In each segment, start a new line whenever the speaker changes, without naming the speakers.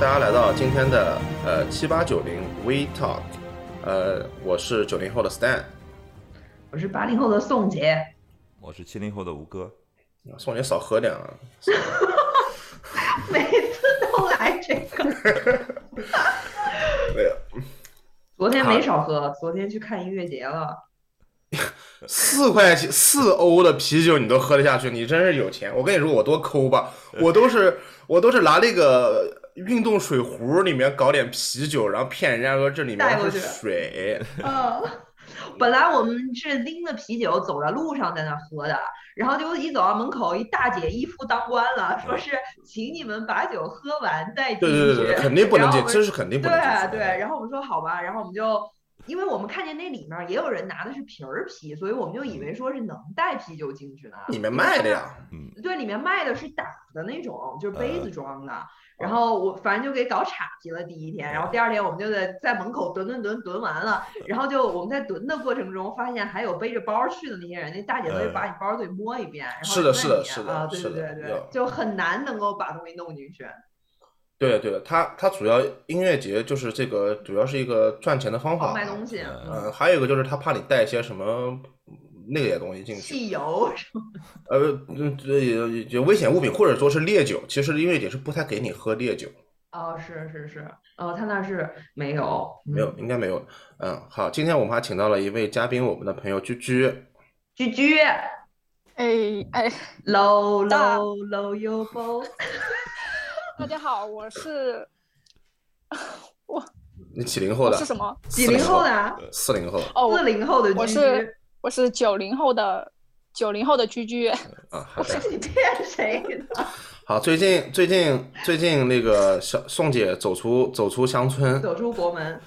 大家来到今天的呃七八九零 We Talk，呃，我是九零后的 Stan，
我是八零后的宋姐，
我是七零后的吴哥，
宋姐少喝点啊，
每次都来这个。
没有
昨天没少喝，昨天去看音乐节了。
四块钱四欧的啤酒你都喝得下去，你真是有钱。我跟你说，我多抠吧，我都是我都是拿那个运动水壶里面搞点啤酒，然后骗人家说这里
带
面
过
是
去
水。
嗯，本来我们是拎着啤酒走在路上在那喝的，然后结果一走到门口，一大姐一夫当关了，说是请你们把酒喝完再进去。
对对对对，肯定不能进
然，后我们
这是肯定不
对啊
能进。
对，，然后我们说好吧，然后我们就，因为我们看见那里面儿也有人拿的是瓶儿啤，所以我们就以为说是能带啤酒进去的。
里面卖的呀。
嗯，
对，里面卖的是打的那种，就是杯
嗯
子装的。
哦
然后我反正就给搞岔劈了第一天，然后第二天我们就在在门口蹲蹲蹲蹲完 了，然后就我们在蹲的过程中发现还有背着包去的那些人，那大姐都会
嗯
把你包得摸一遍，然后
是的
再
是
问
的
你
是的
啊，对
是
对
的
对
有
对，就很难能够把东西弄进去。
对对，它它主要音乐节就是这个，主要是一个赚钱的方
好
法。
哦卖东西，
嗯
嗯，还有一个就是他怕你带一些什么那些东西进去，
汽油什么
呃，嗯这也也危险物品或者说是烈酒，其实音乐节是不太给你喝烈酒，
哦，是是是，哦，他那是没有，
没有
嗯，
应该没有。嗯，好，今天我们还请到了一位嘉宾，我们的朋友居居。
居居
哎哎，
，low
大
low low you bo，
大家好，我是
你几零后
我
的
哦
是？什么？
几零后的啊？
四零后
哦，
四
我
零后的
我
居
是
居，
我是九零后的九零后的居居。
啊，好的。
你骗谁呢？
好，最近最近最近那个小宋姐走出走出乡村，
走出国门，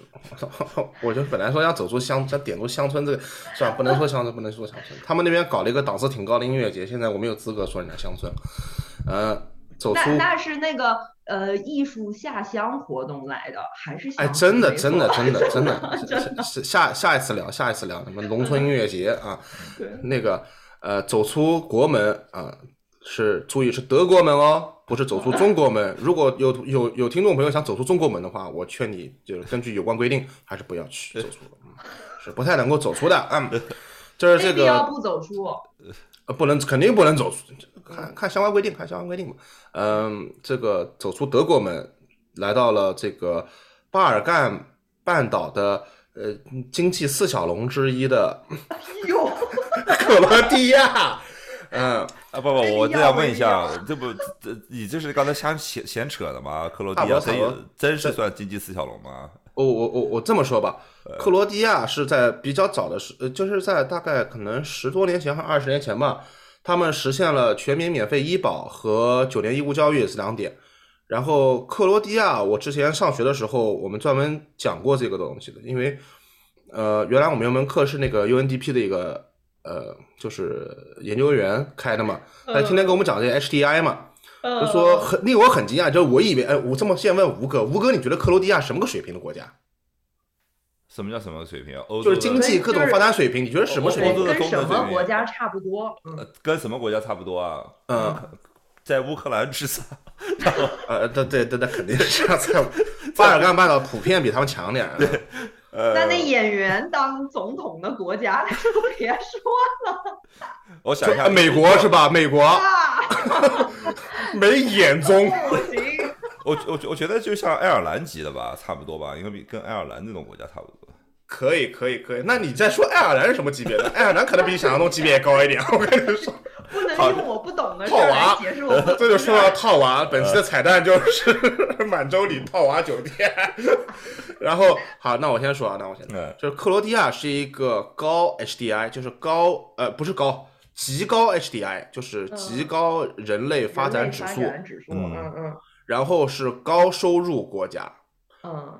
我就本来说要走出乡，要点出乡村这个，算了，不能说乡村，不能说乡村。他们那边搞了一个档次挺高的音乐节，现在我没有资格说人家乡村。呃，走
那
出，
那是那个呃艺术下乡活动来的，还是
哎，
乡
真的，
村
真的，
没错
真的，真 的，是下下一次聊，下一次聊什么农村音乐节啊？
对
那个呃，走出国门啊、是注意是德国门哦，不是走出中国门。如果有有有听众朋友想走出中国门的话，我劝你就是根据有关规定，还是不要去走出，嗯是不太能够走出的。嗯，就是这
非必要
个
不走出，
呃不能肯定不能走出，看看相关规定，看相关规定吧。嗯，这个走出德国门，来到了这个巴尔干半岛的呃经济四小龙之一的
哟，
克罗地亚。嗯，
啊，不不，
哎
我
你
这
要
样
不
问
你
一下
要，
这不这你这是刚才瞎闲闲扯的吗？克罗
差
地
不多
亚
差
真
不
有
多
真是算经济四小龙吗？
我哦我我我这么说吧，克罗地亚是在比较早的时，呃，就是在大概可能十多年前还二十年前吧，他们实现了全民免费医保和九年义务教育这两点。然后克罗地亚，我之前上学的时候，我们专门讲过这个东西的，因为呃，原来我们有门课是那个 UNDP 的一个呃，就是研究员开的嘛，
嗯
他天天给我们讲这个 HDI 嘛。就说很令我很惊讶，就是我以为，哎，我这么现在问吴哥，吴哥，你觉得克罗地亚什么个水平的国家？
什么叫什么水平？欧
就是
洲
经济
对
各种
就是
发展水平，你觉得什么
我
水
对
我
平？
跟
我
什
中国
么
这
国
边
家差不多， 嗯，
呃
的呃跟什么国家差不多啊？
嗯，
在乌克兰之上，
呃，对对对，那肯定是这样子。 巴尔干半岛普遍比他们强点儿。啊
呃，
那那演员当总统的国家， 就别说
我想一下，
啊呃美国是吧？美 国
了，
没眼中，
不行。
我我我觉得就像爱尔兰籍的吧，差不多吧，因为比跟爱尔兰那种国家差不多。
可以可以可以。那你再说爱尔兰是什么级别的？爱尔兰可能比你想象中级别也高一点。我跟你 说，
不能
好
用我不懂的事
套
儿
娃
来解释我不懂 的
这就说到
事儿
套娃，本期的彩蛋就是 满洲里套娃酒店。 然后好，那我先说啊，那我先说。
嗯，
就是克罗地亚是一个高 HDI，就是高呃不是高，极高 HDI，就是极高人类发展指数，
嗯人类发展指数，
嗯
嗯
然后是高收入国家。
嗯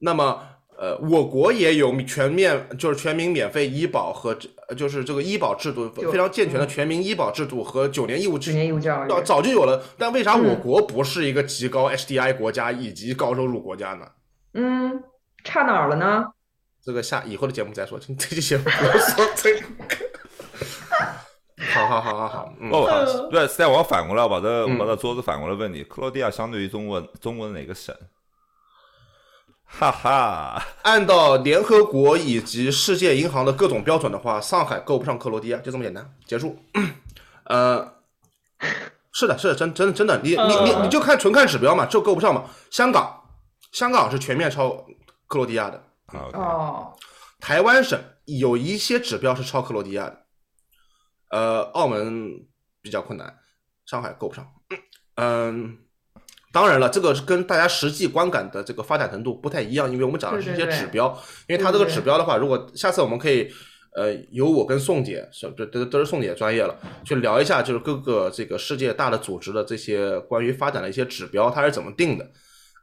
那么呃，我国也有全面就是全民免费医保和这呃就是这个医保制度
就
非常健全的
嗯
全民医保制度和九年义务
嗯，九
制
年义务教育，
早早就有了，但为啥我
嗯
国不是一个极高 HDI 国家以及高收入国家呢？
嗯，差哪儿了呢？
这个下以后的节目再说，这期节目不要说这个。 好好好好好，嗯，
不，
嗯
对，再我反过来，我把这我
嗯
把这桌子反过来问你，克罗地亚相对于中国中国的哪个省？哈哈，
按照联合国以及世界银行的各种标准的话，上海够不上克罗地亚，就这么简单。结束。 呃，是的，是的，真真的真的，你你你你就看纯看指标嘛，就够不上嘛。香港，香港是全面超克罗地亚的，
啊，OK，
哦，
台湾省有一些指标是超克罗地亚的，呃，澳门比较困难，上海够不上。嗯，当然了，这个是跟大家实际观感的这个发展程度不太一样，因为我们讲的是一
对
些
对对
指标，因为它这个指标的话，如果下次我们可以。呃，由我跟宋姐，是这这都是宋姐专业了，去聊一下，就是各个这个世界大的组织的这些关于发展的一些指标，它是怎么定的？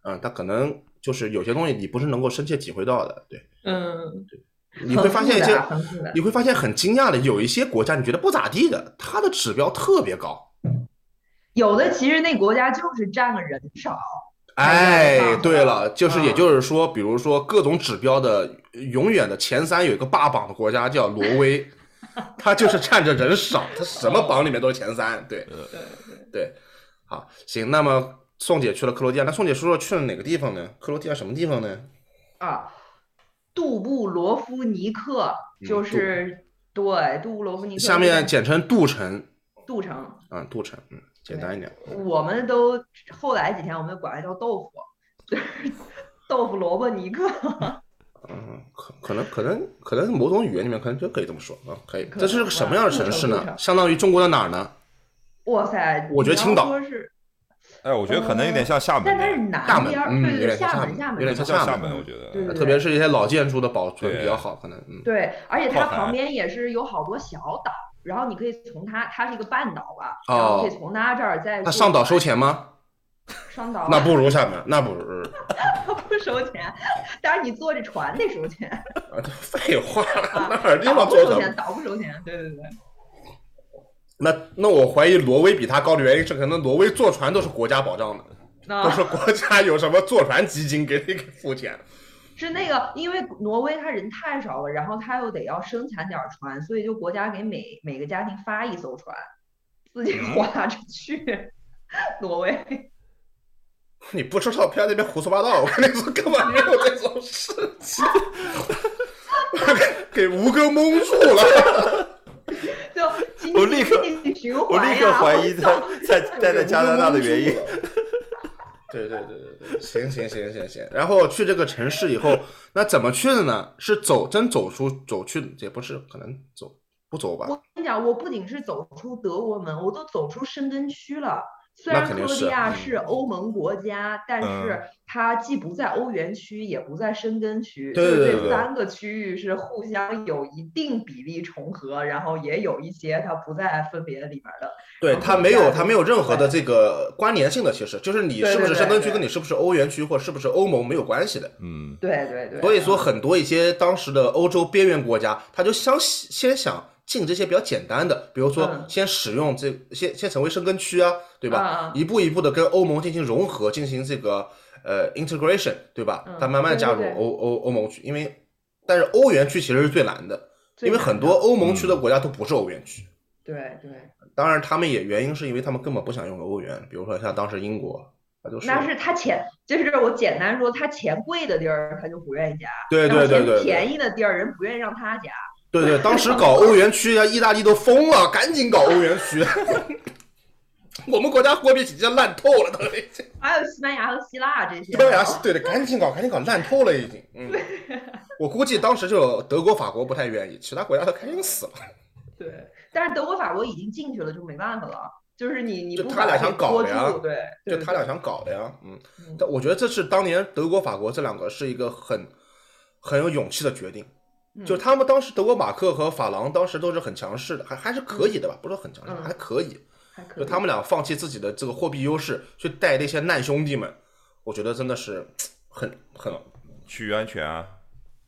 嗯、它可能就是有些东西你不是能够深切体会到的，对。
嗯，
你会发现一
很复
些
杂很复杂，
你会发现很惊讶的，有一些国家你觉得不咋地的，它的指标特别高。
有的其实那国家就是占个人少，哎
哎，对了，就是也
嗯
就是说，比如说各种指标的永远的前三有一个霸榜的国家叫挪威， 它就是占着人少，它什么榜里面都是前三。对
对对，
对，好，行，那么宋姐去了克罗地亚，那宋姐说说去了哪个地方呢？克罗地亚什么地方呢？
啊，杜布罗夫尼克就
嗯
是对杜布罗夫尼克，
下面简称杜城，
杜城，
嗯，杜城，嗯，简单一点。
我们都后来几天我们管它叫豆腐，就是 豆腐萝卜尼克，
嗯，可可能可能可能某种语言里面可能就可以这么说啊，可以。
可
这是个什么样的城市
不成
呢？
不成
相当于中国的哪儿呢？
哇塞，
我觉得
你要
青岛
说是，
哎，我觉得可能有点像厦门
但它是
那样，
大
南
门
边儿，
嗯
对
有
对，
点像
厦
厦
门
门
门，
有点
它
像
像
厦
厦
门
门，我觉得。
对
特别是一些老建筑的保存
对
比较好，可能嗯。
对，而且它
靠海
旁边也是有好多小岛，然后你可以从它，它是一个半岛吧，然后你可以从它这儿再
哦那
坐
上岛收钱吗？
上岛，
那不如厦门，那不如。
它 不收钱，但是你坐这船得收钱，
啊这废话，
啊
哪
哎
儿地
岛
方
不
做
收
什
钱，
么？
岛不收钱，对对对，
那那我怀疑挪威比它高的原因是，可能挪威坐船都是国家保障的，
那
都是国家有什么坐船基金给你给付钱。
是那个，因为挪威它人太少了，然后它又得要生产点儿船，所以就国家给每每个家庭发一艘船，自己
嗯
划着去 挪威。
你不收照片那边胡说八道，我跟你说根本没有这种事情，给吴哥蒙住了。
就经济
我立刻
经济循
我
环
立
哎呀
刻 怀疑他在待在加拿大的原因。
对对对对对，行行行行行。然后去这个城市以后，那怎么去的呢？是走真走出走去，也不是可能走不走吧
我？跟你讲，我不仅是走出德国门，我都走出申根区了。虽
那
然
肯
克
定
罗
是
地亚
嗯
是欧盟国家，但是它既不在欧元区，也不在申根区，
对
就是
对对
这三个区域是互相有一定比例重合，然后也有一些它不在分别里边的。
对，
然后
它没有
再
它没有任何的这个关联性的，其实就是你
对
是不是
对
申根区
对
跟你是不是欧元区或是不是欧盟没有关系的。
嗯，
对对对，
所以说，很多一些当时的欧洲边缘国家，他就想先想进这些比较简单的，比如说
嗯
先使用这先先成为申根区啊，对吧
啊？
一步一步的跟欧盟进行融合，进行这个呃 integration，对吧
嗯？
他慢慢加入
对对对
欧欧欧盟区，因为但是欧元区其实是最难的，
最
因为
难
很
的
多欧盟区的国家都不是欧元区。
对对，
当然，他们也原因是因为他们根本不想用欧元，比如说像当时英国，它就是
那是它钱，就是我简单说，它钱贵的地儿它就不愿意加，
对
然后
对对
钱
对对
便宜的地儿人不愿意让它加。
对对，当时搞欧元区啊，意大利都疯了，赶紧搞欧元区。 我们国家货币体系烂透了，都已经。
还有西班牙和希腊这些，
西班牙是对的，赶紧搞，赶紧搞，烂透了已经。嗯，我估计当时就有德国、法国不太愿意，其他国家都开心死了。
对，但是德国、法国已经进去了，就没办法了。就是你，你
就
不
他
把
俩
这
想搞
拖
的呀
住对，
就
对
他俩想搞的呀，嗯。
嗯
但我觉得这是当年德国、法国这两个是一个很很有勇气的决定。就
嗯
他们当时德国马克和法郎当时都是很强势的，还还是可以的吧，不是说很强势，
嗯
还可以。
还可
就
以
他们俩放弃自己的这个货币优势，去带那些难兄弟们，我觉得真的是很很
趋于安全啊，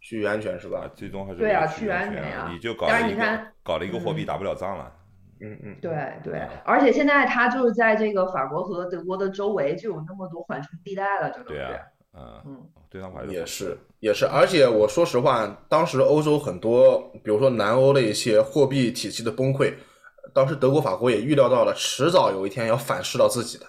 趋于安全，是吧
啊？，最终还是
对啊
为了趋于安
趋于安全
啊
呀，
你就搞
但是
了一
你
个
看
搞了一个货
嗯
币打不了仗了，
嗯嗯，
对对，而且现在他就是在这个法国和德国的周围就有那么多缓冲地带了，就等于
对啊，嗯，
嗯，
对他们还是
也是也是，而且我说实话，当时欧洲很多，比如说南欧的一些货币体系的崩溃，当时德国、法国也预料到了，迟早有一天要反噬到自己的，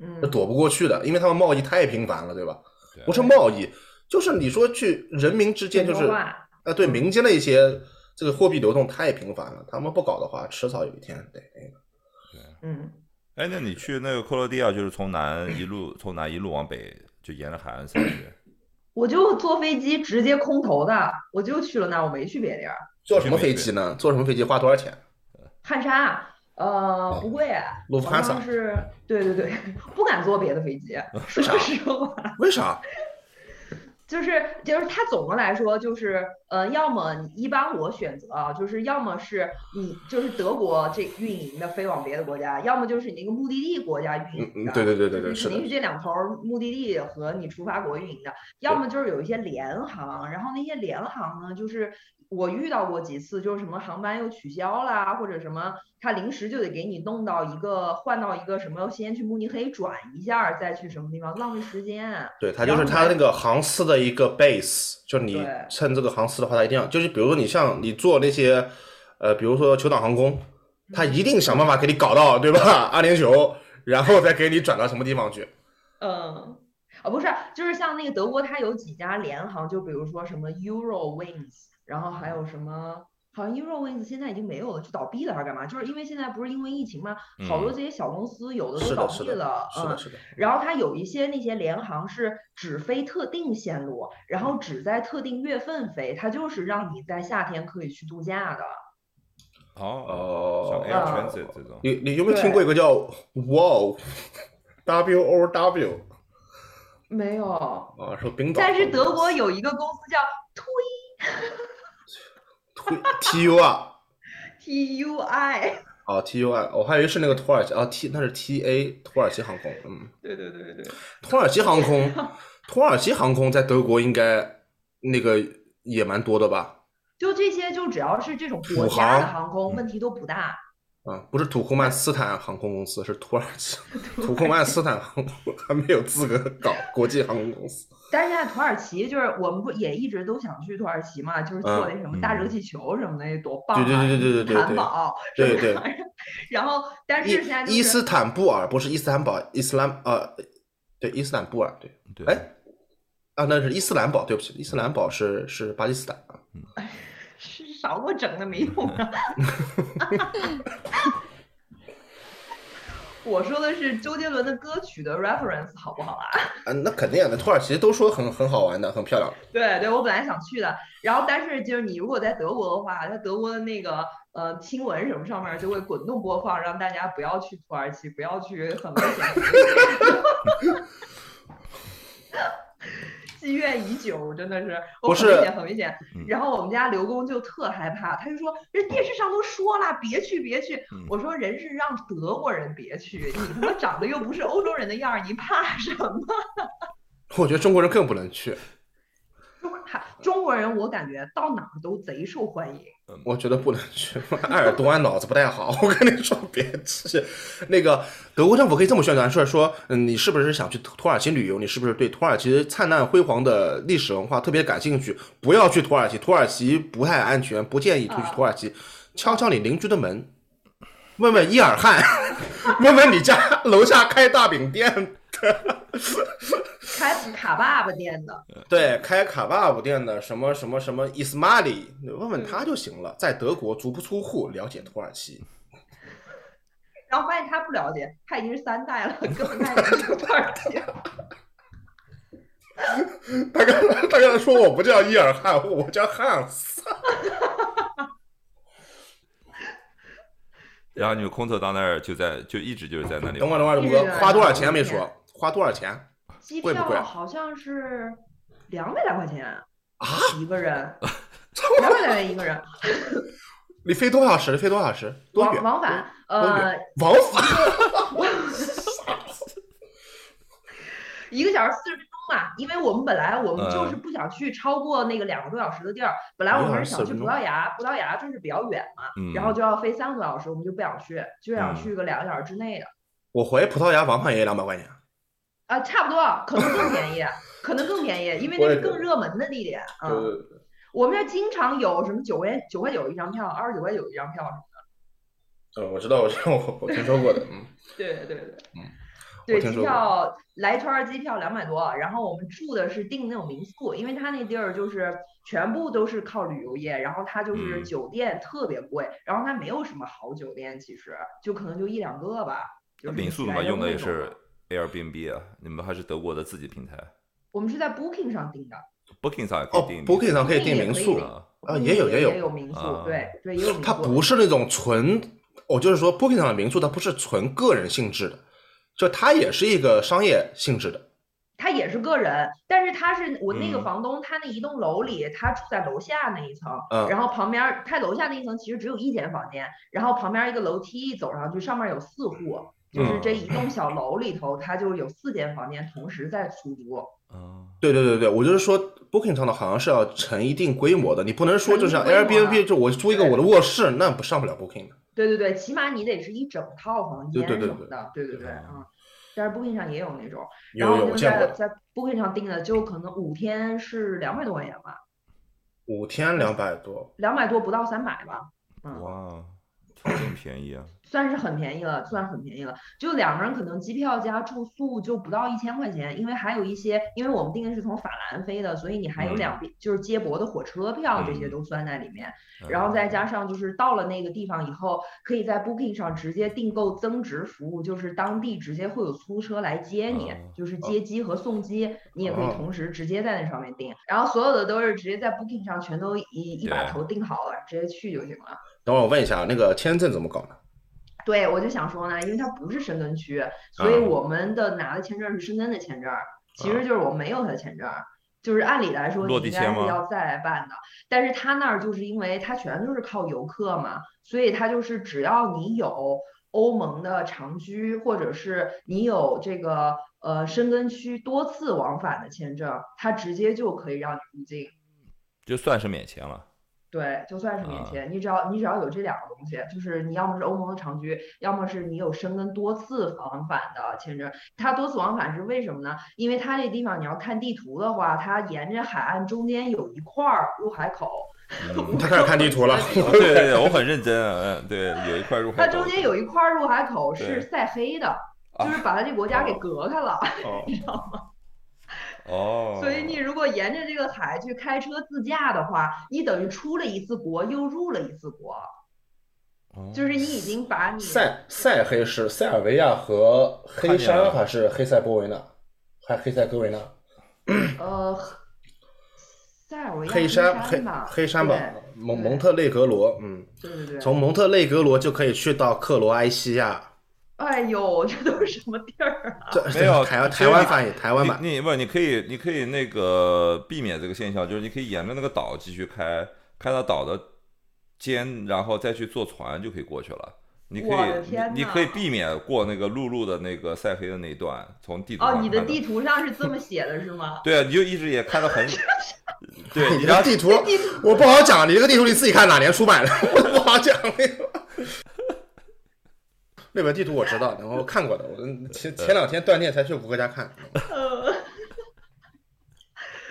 嗯
这，躲不过去的，因为他们贸易太频繁了，对吧？
对
不是贸易，就是你说去人民之间，就是
全球化
啊，
嗯
对民间的一些这个货币流动太频繁了，他们不搞的话，迟早有一天得那个。
嗯，
哎，那你去那个克罗地亚，就是从南一路从南一路往北，就沿着海岸上去。
我就坐飞机直接空投的，我就去了那儿，我没去别地儿。
坐什么飞机呢？坐什么飞机花多少钱？
汉莎，
哦
呃，不贵，
卢夫
好
汉萨
像是，对对 对，不敢坐别的飞机，
嗯
说实话。
为啥？
就是就是它总的来说就是呃，要么你一般我选择啊，就是要么是你就是德国这运营的飞往别的国家，要么就是你那个目的地国家运
嗯嗯，
营的，
对对对对对，
就是
是
哎肯定
的，
是这两头儿目的地和你出发国运营的，要么就是有一些联航，然后那些联航呢，就是我遇到过几次，就是什么航班又取消啦，或者什么他临时就得给你弄到一个换到一个什么，先去慕尼黑转一下儿，再去什么地方，浪费时间。啊
对，它就
然后
是它
还
那个航司的一个 base，就你
对
乘这个航司的话，它一定要就是比如说你像你坐那些呃，比如说酋长航空，它一定想办法给你搞到对吧？阿联酋，然后再给你转到什么地方去。
嗯，啊，不是，就是像那个德国，它有几家联航，就比如说什么 Eurowings，然后还有什么，好像 Eurowings 现在已经没有了，就倒闭了还是干嘛？就是因为现在不是因为疫情嘛，好多
嗯
这些小公司有的都
是
倒
的，是
闭
的
了，，
是
嗯
的，。是的。
然后它有一些那些联航是只飞特定线路，然后只在特定月份飞，它就是让你在夏天可以去度假的。
哦，像
哦，
啊
Air Transit 这种，
你你有没有听过一个叫 WOW，W O W
没有，
啊，是冰岛航空公司，
但是德国有一个公司叫
T U 啊，
TUI，
哦 T U I，我还以为是那个土耳其啊 T，那是 T A 土耳其航空，嗯，
对对对对对。
土耳其航 空，土耳其航空在德国应该那个也蛮多的吧？
就这些，就只要是这种
土嗯
国家的
航
航空，问题都不大。
啊，不是土库曼斯坦航空公司，是土耳其土库曼斯坦航空还没有资格搞国际航空公司。
但是现在土耳其就是我们不也一直都想去土耳其嘛，就是坐那什么大热气球什么的，多棒啊！
嗯对对对对对对对
环保什
对
么
对
的。 然后，但是现在
伊
就
伊
是
斯坦布尔不是伊斯坦堡，伊斯兰呃，对伊斯坦布尔对
对，
哎啊，那是伊斯兰堡，对不起，伊斯兰堡是是巴基斯坦啊。
是少给我整的没用 啊的。 我说的是周杰伦的歌曲的 reference 好不好啊？
啊，那肯定的，土耳其都说很很好玩的，很漂亮。
对对，我本来想去的，然后但是就是你如果在德国的话，在德国的那个呃新闻什么上面儿就会滚动播放，让大家不要去土耳其，不要去很危险的地方。积怨已久，真的是我
不
很危
是嗯
险，很危险。然后我们家刘工就特害怕，他就说：“人电视上都说了，别去，别去。
嗯”
我说：“人是让德国人别去，你他妈长得又不是欧洲人的样儿，你怕什么？”
我觉得中国人更不能去，
中国还 中国人，我感觉到哪儿都贼受欢迎。
我觉得不能去。 埃尔多安脑子不太好，我跟你说别去。那个德国政府可以这么宣传，说说，嗯，你是不是想去土土耳其旅游？你是不是对土耳其灿烂辉煌的历史文化特别感兴趣？不要去土耳其，土耳其不太安全，不建议去
啊
土耳其。敲敲你邻居的门，问问伊尔汗， 问问你家楼下开大饼店
开卡爸爸店的，
对，开卡巴布店的什么什么什么伊斯玛里，你问问他就行了。在德国足不出户了解土耳其，
然后发现他不了解，他已经是三代了，根本他已经是土耳其了。
他刚才他刚才说我不叫伊尔汗，我叫汉斯。
然后你们空投到那儿就在就一直就是在那里
等
玩。
会儿等会儿，卢
是啊
哥
的
花多少钱没说？花多少钱？
机
贵不贵
票好像是两百来块钱
啊，
一个 人，两百来块钱一个人，
你飞多少时？飞多少时？多
往
远？
往返
多
呃
远往返
一个小时四十分钟嘛，因为我们本来我们就
嗯
是不想去超过那个两个多小时的地儿，本来
一个
我们
小时40
是想去
分
葡
钟
萄牙，葡萄牙就是比较远嘛，
嗯，
然后就要飞三个多小时，我们就不想去，就想
嗯
去个两个小时之内的。
我回葡萄牙往返也两百块钱。
啊，差不多，可能更便宜，啊可能更便宜，因为
我也
那是
觉
更热门的地点啊。嗯
呃，
我们这儿经常有什么九块九块九一张票，二十九块九一张票什么的。
呃，我知道，我知道，我我听说过的，嗯，
对对对，
嗯，
对，
我听
机
说过
票来团儿机票两百多，然后我们住的是订那种民宿，因为他那地儿就是全部都是靠旅游业，然后他就是
嗯
酒店特别贵，然后他没有什么好酒店，其实就可能就一两个吧。就
那
是
啊民宿嘛，
全
用的也
那种
是 Airbnb 啊，你们还是德国的自己平台
我们是在 Booking 上订的，
，Booking 上也可
哦
以订民宿。
，Booking 上可以订民宿
订
啊，
啊，
Booking
也有
也
有，
有民宿
啊，
对对也有民宿。
它不是那种纯，我就是说 Booking 上的民宿，它不是纯个人性质的，就它也是一个商业性质的。
他也是个人，但是他是我那个
嗯
房东，他那一栋楼里，他住在楼下那一层，
嗯
然后旁边儿他楼下那一层其实只有一间房间，然后旁边一个楼梯走上去，上面有四户，就是这一
嗯
栋小楼里头，他就有四间房间同时在出租。
啊，
对对对对，我就是说 Booking 上的好像是要成一定规模的，你不能说就像
成一定规模啊的
Airbnb 就我租一个我的卧室，那不上不了 Booking 的。
对对对，起码你得是一整套房
对
间
对对
什么的，对对对，
啊
嗯。但是 Booking 上也有那种，然
有
后
有，
我
我
就
见过
在
的，
在 Booking 上订的，就可能五天是两百多块钱吧，
五天两百多，
两百多不到三百吧，嗯。
哇，哦条件便宜啊，
算是很便宜了，算很便宜了。就两个人可能机票加住宿就不到一千块钱，因为还有一些，因为我们订的是从法兰飞的，所以你还有
嗯
两边、就是接驳的火车票，这些
嗯
都算在里面。
哎
然后再加上就是到了那个地方以后，可以在 Booking 上直接订购增值服务，就是当地直接会有出租车来接你
哦，
就是接机和送机，你也可以
哦
同时直接在那上面订。然后所有的都是直接在 Booking 上全都一一把
Yeah
头订好了，直接去就行了。
等会儿我问一下那个签证怎么搞呢？
对，我就想说呢，因为它不是申根区，所以
嗯
我们的拿的签证是申根的签证，其实就是我没有他的签证，就是按理来说你
落
应
地
该
签
是
吗
要再办的，但是他那儿就是因为他全都是靠游客嘛，所以他就是只要你有欧盟的长居，或者是你有这个呃申根区多次往返的签证，他直接就可以让你入境。
就算是免签了。
对，就算是免
啊
签，你只要你只要有这两个东西，就是你要么是欧盟的长居，要么是你有申根多次往返的签证。它多次往返是为什么呢？因为它这地方你要看地图的话，它沿着海岸中间有一块儿入海口，
嗯
他开始看地 图了，
对对对，我很认真啊，嗯，对，有一块入
它
海口，
中间有一块儿入海口
对
是晒黑的，
啊
就是把它这国家给
哦
隔开了。
哦，你知道吗？哦，
所以你如果沿着这个海去开车自驾的话，你等于出了一次国，又入了一次国，
哦
就是你已经把你
塞塞黑是塞尔维亚和黑山还是黑塞波维纳，还是黑塞哥维纳？
呃，塞尔维亚
黑山黑
吧，
黑山吧，蒙蒙特内格罗，嗯，
对对对对。
从蒙特内格罗就可以去到克罗埃西亚，
哎呦，这都是什么地儿啊？
这
没 有
台湾
只
台
有
湾
你
翻译台湾版，
你你不，你可以你可以那个避免这个现象，就是你可以沿着那个岛继续开，开到岛的间，然后再去坐船就可以过去了。你可
我的
以
天
你你
呐
可以避免过那个陆路的那个塞黑的那一段，从地图上
哦，你的
看
地图上是这么写的，是吗？
对啊，你就一直也开 到很，对，
你
你
这
要
地图我不好讲，你这个地图你自己看哪年出版的， 我不好讲那个。那本地图我知道，然后看过的，我前前两天断电才去谷歌家看。
呃，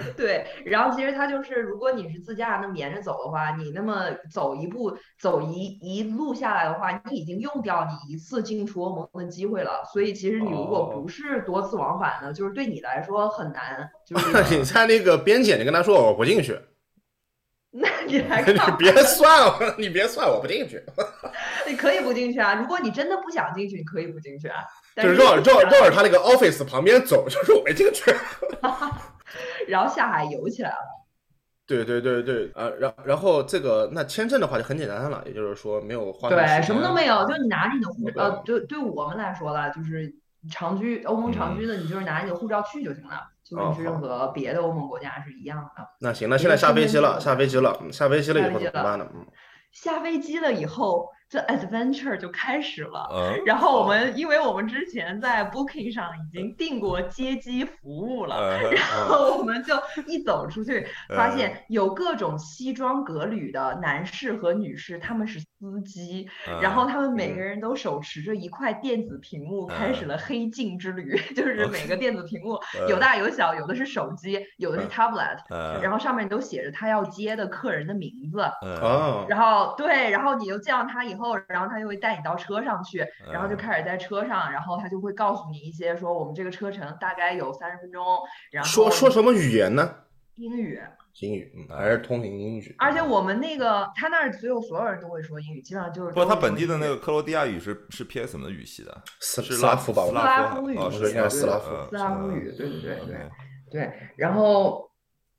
对。然后其实它就是，如果你是自驾那么沿着走的话，你那么走一步，走一一路下来的话，你已经用掉你一次进出欧盟的机会了。所以其实你如果
哦
不是多次往返的，就是对你来说很难，就 是
你在那个边检，你跟他说我不进 去，
那你还
你
干嘛
别算我，你别算我不进去，
你可以不进去啊，如果你真的不想进去，你可以不进去啊。但
就是是绕绕绕着他那个 office 旁边走，就是我没进去。
然后下海游起来了。
对对对对，呃，然然后这个那签证的话就很简单了，也就是说没有花么时
对，
间
什么都没有，就你拿着你的护
对
呃，对，对我们来说了，就是长居欧
嗯
盟长居的，你就是拿你的护照去就行了，就是
哦
你是任何别的欧盟国家是一样的。
嗯那行，那现在下飞机
没有
了，
签
下飞机了，嗯下飞机了以后
下飞机
怎么
了
办呢？嗯，
下飞机了以后，这 adventure 就开始了。
嗯
然后我
哦
们，因为我们之前在 Booking 上已经订过接机服务了，
呃
然
嗯
后我们就一走出去，发
嗯
现有各种西装革履的男士和女士，他们是司机，
嗯
然后他们每个
嗯
人都手持着一块电子屏幕，开始
嗯
了黑镜之旅， 就是每个电子屏幕有
嗯
大有小，有的是手机，有的是
嗯
tablet，
嗯
然后上面都写着他要接的客人的名字。
嗯
哦，
然后对，然后你就见到他以后，然后他就会带你到车上去，然后就
嗯
开始在车上，然后他就会告诉你一些说我们这个车程大概有三十分钟，然后
说说什么语言呢？
英语，
英语，嗯，
啊
还是通行英语。
而且我们那个他那儿只有所有人都会说英语，基本上就是
不过
都
他
会
本
说
地的
英语
那个克罗地亚语是是偏什么语系的？
斯
是
斯拉夫吧，
斯
我
拉
拉
夫
夫
语
哦
对
应
是
该是斯拉
夫
夫
嗯
斯拉夫
嗯
语，对对对对
OK
对，然后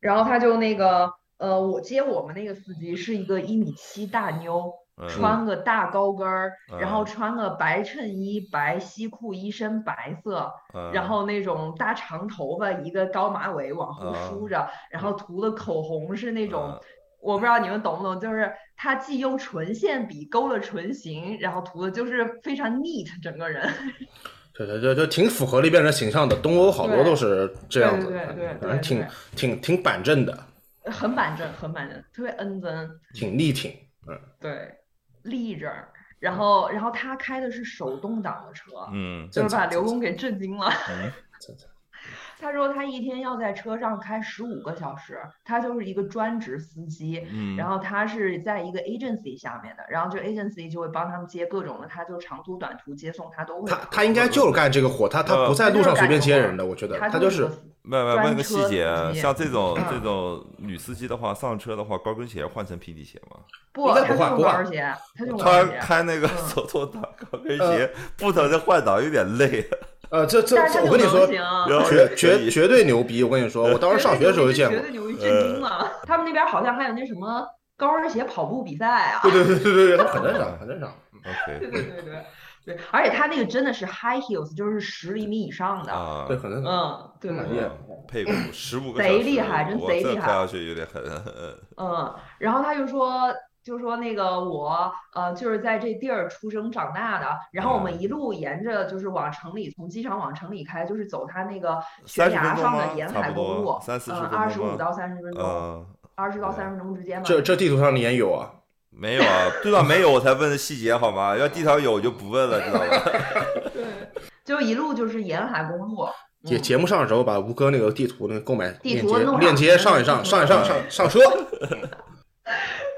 然后他就那个呃，我接我们那个司机是一个一米七大妞，
嗯
穿个大高跟儿，然后
嗯
穿个白衬衣、白西裤，一身白色，
嗯
然后那种大长头发，一个高马尾往后
嗯
梳着，然后涂的口红是那种
嗯。
我不知道你们懂不懂，就是他既用唇线笔勾了唇形，然后涂的就是非常 neat 整个人，
对对对，就挺符合那边人形象的。东欧好多
对
都是这样子
对
的，
对对
反
对
正
对
挺挺挺板正的，
很板正，很板正，特别恩真，
挺力挺。嗯，
对，立正儿。然后，然后他开的是手动挡的车，
嗯
就是把
正常
刘工给震惊了。
嗯
这这
他说他一天要在车上开十五个小时，他就是一个专职司机。
嗯，
然后他是在一个 agency 下面的，然后这个 agency 就会帮他们接各种的，他就长途短途接送他都会
他
跑。
他应该就是干这个活，他他
呃
不在路上随便接人的，
他
我觉得
他
他就是是
个司
外外问个细节
专车司，机
像这种
嗯
这种女司机的话，上车的话，高跟鞋换成平底鞋吗？
不，
应该
他
不
就
换
用
不
高
换
跟鞋，他就用高
她
跟鞋。
开那个
嗯
手动挡高跟鞋，不能再换挡，有点 累。
呃，这这
但是
这
他
我
就
跟你说
能，行。
然后
绝
可
绝
以
绝对牛逼！我跟你说，我当时上学的时候就见
绝
过。呃
对 牛逼，震惊了。他们那边好像还有那什么高跟鞋跑步比赛啊。
对对对对对，很正常，很正常。
嗯
对 对
OK
对对对，而且他那个真的是 high heels，就是十厘米以上的。
啊
对，，很正常。
嗯，对，
嗯
嗯佩服，十五个
贼
小时
厉害真
我
贼
这
厉害
看上去有点 狠。嗯
嗯，然后他就说。就说那个我呃就是在这地儿出生长大的，然后我
嗯
们一路沿着就是往城里，从机场往城里开，就是走他那个悬
30
崖
分钟
上
吗
的沿
差
海
不
公
多
路，
30
嗯，
分钟
二十
吗
五到三十分钟，
嗯，
二十到三十分钟之间吧。
这这地图上你也有啊？
没有啊，对吧？没有我才问的细节好吗？要地上有我就不问了，知道吧？
对，就一路就是沿海公路，
节
嗯
节目上的时候把吴哥那个地图那个购买
地
链
图
接
弄
链
好
接
嗯
上一上上一上上上车。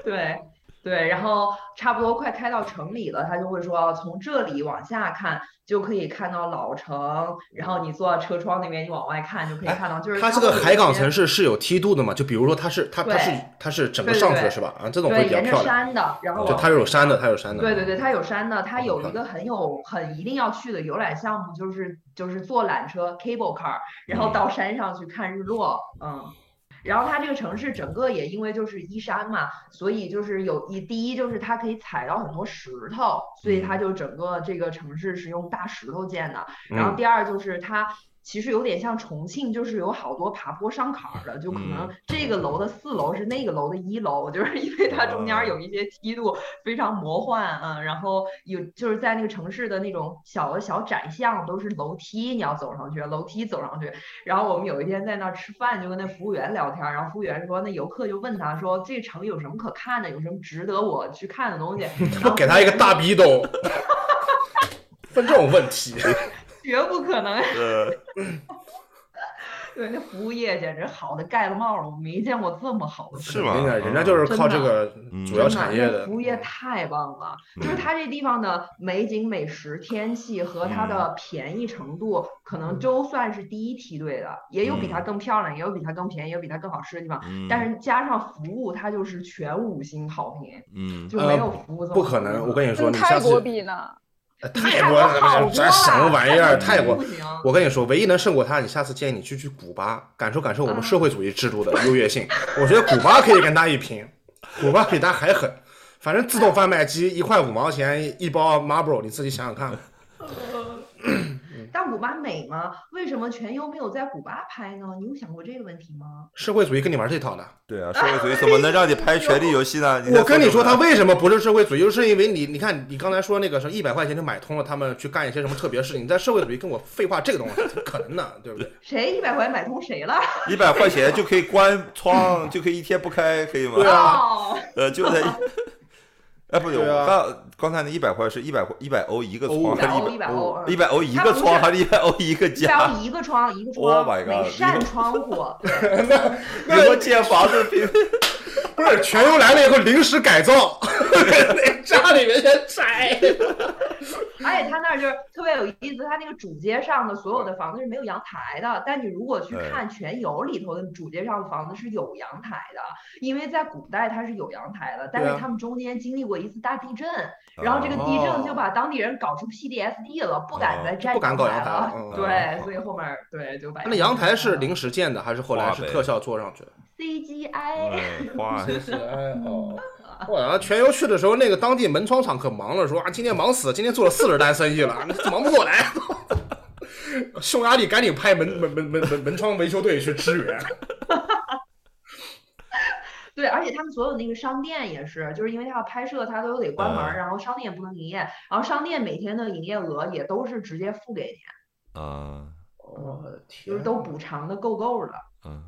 对对，然后差不多快开到城里了，他就会说哦从这里往下看就可以看到老城，然后你坐到车窗那边，你往外看
哎
就可以看到，就是
它这
会
个
有一
海港
些
城市是有梯度的嘛？就比如说它是它它是
对
它是整个
对对
上去的
对
是吧？啊，这种会
对
比较
沿
漂
着
亮。
山的，然后
就
往
它有山的，它有山的。
对对对，它有山的，它
很
有
漂
一个很有很一定要去的游览项目，就是就是坐缆车 cable car，然后
嗯
到山上去看日落，嗯。然后它这个城市整个也因为就是依山嘛，所以就是有一第一就是它可以采到很多石头，所以它
嗯
就整个这个城市是用大石头建的。然后
嗯，
第二就是它其实有点像重庆，就是有好多爬坡上坎儿的，就可能
嗯
这个楼的四楼是那个楼的一楼，就是 因为它中间
哦
儿有一些梯度非常魔幻，嗯，然后有就是在那个城市的那种小的小窄巷都是楼梯，你要走上去，楼梯走上去。然后我们有一天在那儿吃饭，就跟那服务员聊天儿，然后服务员说，那游客就问他说，这城有什么可看的，有什么值得我去看的 东西？然
我
后
给
服务
他一个
员
大
说
逼斗。问这种问题，
哎
绝不可能。
呃，
对，那服务业简直好的盖了帽了，我没见过这么好的服务。
是吗
人家人家就是靠这个
嗯
主要
真的
产业
那
的
服。务业太棒了，就是
嗯
它这地方的美景、美食、天气和它的
嗯
便宜程度，可能就算是第一梯队的，也有比它
嗯
更漂亮，也有比它更便宜，也有比它更好吃的地方。
嗯
但是加上服务，它就是全五星好评，
嗯，
就
呃
没有服务这么
不
好
可
的
能，
了
我跟你说，
呃跟
你
泰
下次
国比呢？
呃
比
泰
泰
国
国好多
这什么
了
玩意儿？泰
不
国，
行，
我跟你说，唯一能胜过它，你下次建议你去去古巴，感受感受我们
嗯
社会主义制度的优越性。我觉得古巴可以跟它一拼，古巴比它还狠。反正自动贩卖机一块五毛钱一包 Marlboro，你自己想想看。
但古巴美吗？为什么全游没有在古巴拍呢？你有想过这个问题吗？
社会主义跟你玩这套的。
对啊，社会主义怎么能让 你拍权力游戏呢？在
我跟你说，
什
他
么呢
为什么不是社会主义，就是因为你，你看你刚才说那个什么一百块钱就买通了他们去干一些什么特别事情，你在社会主义跟我废话这个东西，怎么可能呢？对不对？
谁一百块钱买通谁了？
一百块钱就可以关窗，就可以一天不开，可以吗？
对啊
哦，
呃，就在一，哎，不对，
对啊
我刚刚才那一百块是一百一百欧一个窗，
欧
还
欧哦
是
一
一
百
百
欧，
一百欧一个窗，还是一百欧一个
一百
家？
欧一个窗一个
Oh
窗
my god，
每
一
扇
个
窗户，
那
以后建房子平，
不是全油来了以后临时改造，那家里面先拆。
而且他那儿就是特别有意思，他那个主街上的所有的房子是没有阳台的，但你如果去
对
看全游里头的主街上的房子是有阳台的，因为在古代它是有阳台的，但
对
是
啊
他们中间经历过一次大地震， 然后这
啊
个地震就把当地人搞出 PTSD 了，不敢再占
不敢搞阳台
了
了。嗯
对，所以后面儿对就把
那阳台是临时建的，还是后来是
花呗
特效做上去的？
CGI，
嗯，
啊
花
真是哎
嗯
哦！哇，全游去的时候，那个当地门窗厂可忙了，说啊，今天忙死，今天做了四十单生意了，忙不过来。 匈牙利赶紧派门门门门门门窗维修队去支援。
对，而且他们所有那个商店也是，就是因为他要拍摄，他都得关门儿，
嗯
然后商店也不能营业，然后商店每天的营业额也都是直接付给你，
啊
我的天
就是都补偿的够够的。
嗯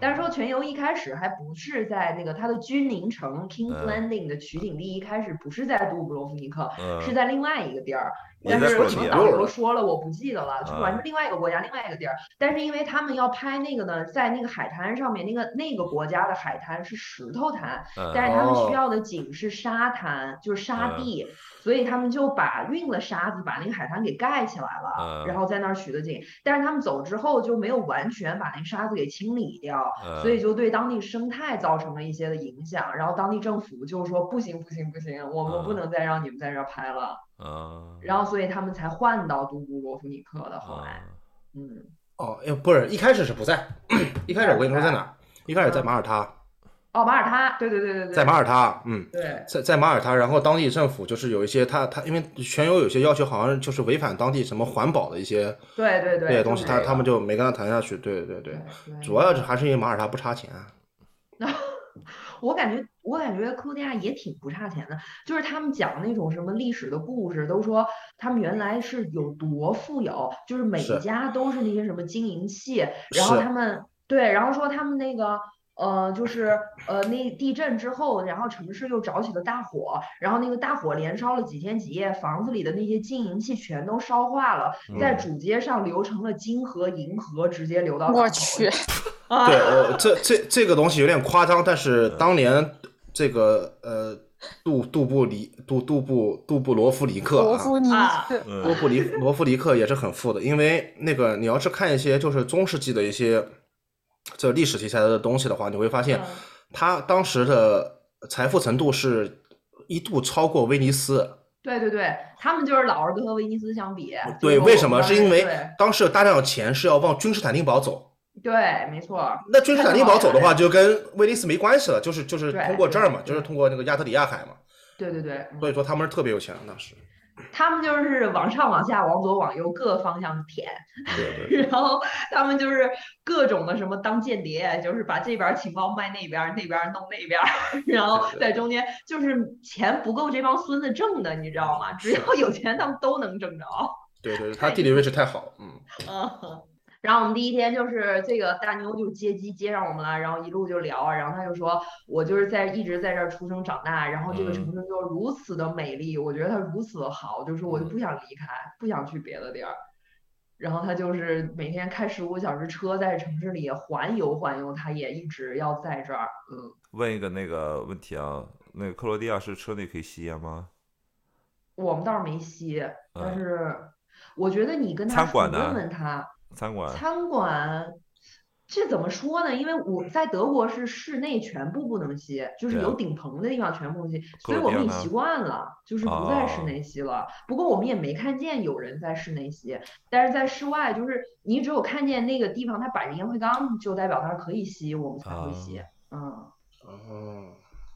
但是说全游一开始还不是在那个它的君临城 King's
嗯
Landing 的取景地，一开始不是在杜布罗夫尼克，是
嗯，
在另外一个地儿，
也
但
在
是
索
什么
尼
导
亚
游说了我不记得了，就
啊
反正是另外一个国家，另外一个地儿。但是因为他们要拍那个呢，在那个海滩上面，那个那个国家的海滩是石头滩，但
嗯
是他们
哦
需要的景是沙滩，就是沙
嗯
地，所以他们就把运了沙子，把那个海滩给盖起来了，
嗯
然后在那儿取的景。但是他们走之后就没有完全把那个沙子给清理掉，
嗯
所以就对当地生态造成了一些的影响。然后当地政府就说不行不行不行，我们不
嗯
能再让你们在这儿拍了。
嗯，
然后所以他们才换到杜布罗夫尼克的，后来，
啊
嗯，
哦，哎，不是，一开始是不在，一开始我跟你说在哪儿？一开始在马耳他，
哦，马耳他，对对对对对，
在马耳他，嗯，
对，
在在马耳他，然后当地政府就是有一些他他，因为全游有些要求好像就是违反当地什么环保的一些
对对
这
对，
些
就
东西，
是
他
这
他
个
们就没跟他谈下去。对对对
对，，对
主要是还是因为马耳他不差钱。
我感觉，我感觉克罗地亚也挺不差钱的，就是他们讲那种什么历史的故事，都说他们原来是有多富有，就是每
是
家都是那些什么金银器，然后
是
他们对，然后说他们那个。呃，就是呃，那地震之后，然后城市又着起了大火，然后那个大火连烧了几天几夜，房子里的那些金银器全都烧化了，在
嗯
主街上流成了金河、银河，直接流到
我
港口
去，
啊！
对，我这这这个东西有点夸张，但是当年这个呃杜杜布里杜杜布杜布罗夫尼克
伯
啊，
夫尼
啊
克
罗
嗯
布里罗夫尼克也是很富的，因为那个你要是看一些就是中世纪的一些这历史题材的东西的话，你会发现
嗯
他当时的财富程度是一度超过威尼斯。
对对对，他们就是老是跟威尼斯相比。所以
嗯对，
啊我
为什么？
当
是
时
因为
对
当时有大量的钱是要往君士坦丁堡走，
对，没错，
那君士坦丁堡走的话就跟威尼斯没关系了，就是就是
对嗯
通过这儿嘛，
对
就是通过那个亚得里亚海嘛，
对对对，嗯
所以说他们是特别有钱的当时。
他们就是往上、往下、往左、往右各方向舔，
对对，
然后他们就是各种的什么当间谍，就是把这边儿情报卖那边儿，那边儿弄那边儿， 然后
对对
在中间就是钱不够这帮孙子挣的，你知道吗？只
是
要有钱，他们都能挣着。
对对，对他地理位置太好，嗯，
嗯，然后我们第一天就是这个大妞就接机接上我们了，然后一路就聊啊，然后她就说，我就是在一直在这儿出生长大，然后这个
嗯
城市就如此的美丽，我觉得它如此的好，就是我就
嗯
不想离开，不想去别的地儿。然后她就是每天开十五个小时车在城市里环游环游，她也一直要在这儿。嗯，
问一个那个问题啊，那个克罗地亚是车内可以吸烟吗？
我们倒是没吸，但
嗯，
是我觉得你跟她
餐
说
馆呢
问问她。
餐馆
餐馆这怎么说呢？因为我在德国是室内全部不能吸，就是
对啊
有顶棚的地方全部不能吸，所以
克
我
罗地
们
亚
已
呢
习惯了，就是不在室
哦
内吸了。不过我们也没看见有人在室内吸，但是在室外，就是你只有看见那个地方它摆着烟灰缸，就代表它可以吸，我们才
哦
会吸。嗯，
哦，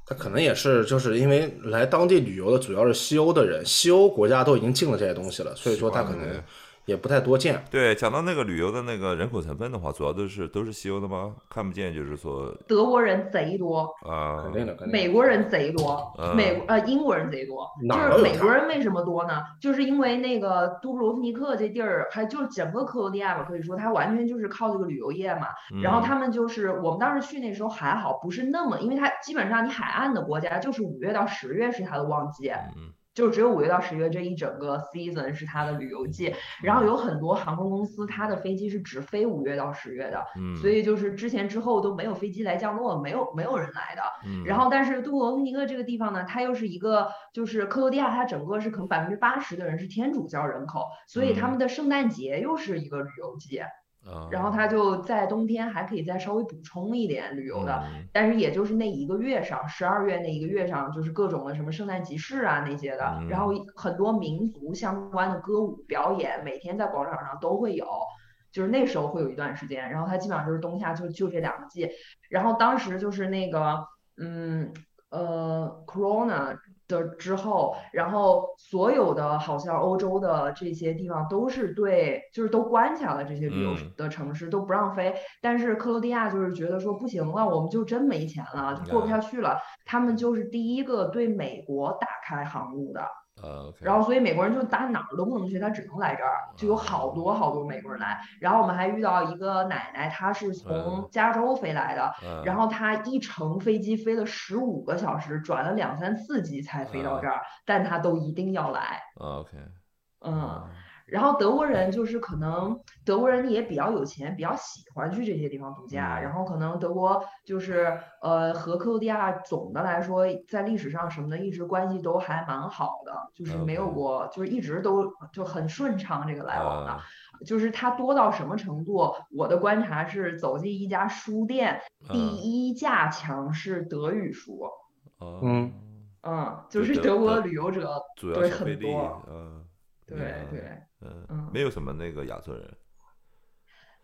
他可能也是就是因为来当地旅游的主要是西欧的人，西欧国家都已经禁了这些东西了，所以说他可
习惯
能
了
也不太多见。
对，讲到那个旅游的那个人口成分的话，主要都是都是西欧的吗？看不见，就是说
德国人贼多，
啊，
肯定的，肯定的。
美国人贼多，
嗯
美国呃英国人贼多，
哪
就
儿
是
有
美
他
国人为什么多呢？就是因为那个杜布罗夫尼克这地儿，还就是整个克罗地亚吧，可以说它完全就是靠这个旅游业嘛。然后
嗯
他们就是我们当时去那时候还好，不是那么，因为它基本上你海岸的国家就是五月到十月是它的旺季，
嗯
就只有五月到十月这一整个 season 是它的旅游季，然后有很多航空公司它的飞机是只飞五月到十月的，
嗯，
所以就是之前之后都没有飞机来降落，没有没有人来的。
嗯，
然后，但是杜罗尼克这个地方呢，它又是一个，就是克罗地亚，它整个是可能百分之八十的人是天主教人口，所以他们的圣诞节又是一个旅游季，
啊
然后它就在冬天还可以再稍微补充一点旅游的，
嗯
但是也就是那一个月上，十二月那一个月上，就是各种的什么圣诞集市啊那些
嗯
的，然后很多民族相关的歌舞表演，每天在广场上都会有。就是那时候会有一段时间，然后它基本上就是冬夏就就这两个季，然后当时就是那个，嗯，呃，corona 的之后，然后所有的好像欧洲的这些地方都是对，就是都关起来了，这些旅游
嗯
的城市都不让飞。但是克罗地亚就是觉得说不行了，我们就真没钱了，就过不
嗯
下去了。他们就是第一个对美国打开航路的，
呃，OK，
然后所以美国人就打哪儿都不能去，他只能来这儿，
嗯
就有好多好多美国人来。然后我们还遇到一个奶奶，她是
嗯
从加州飞来的，
嗯
然后他一程飞机飞了十五个小时，转了两三次机才飞
嗯
到这儿，但他都一定要来。
啊 OK，
嗯，，然后德国人就是可能德国人也比较有钱，比较喜欢去这些地方度假。
嗯
然后可能德国就是呃和克罗地亚总的来说在历史上什么的一直关系都还蛮好的，就是没有
OK
过就是一直都就很顺畅这个来往的。
啊
就是它多到什么程度？我的观察是，走进一家书店，第
嗯
一架强是德语书，
哦
嗯
嗯，就
对
是
德
德国
德
旅游者，
主要
对
是
很
菲力，
多
嗯，
对
嗯
对，
嗯
嗯，
没有什么那个亚洲人，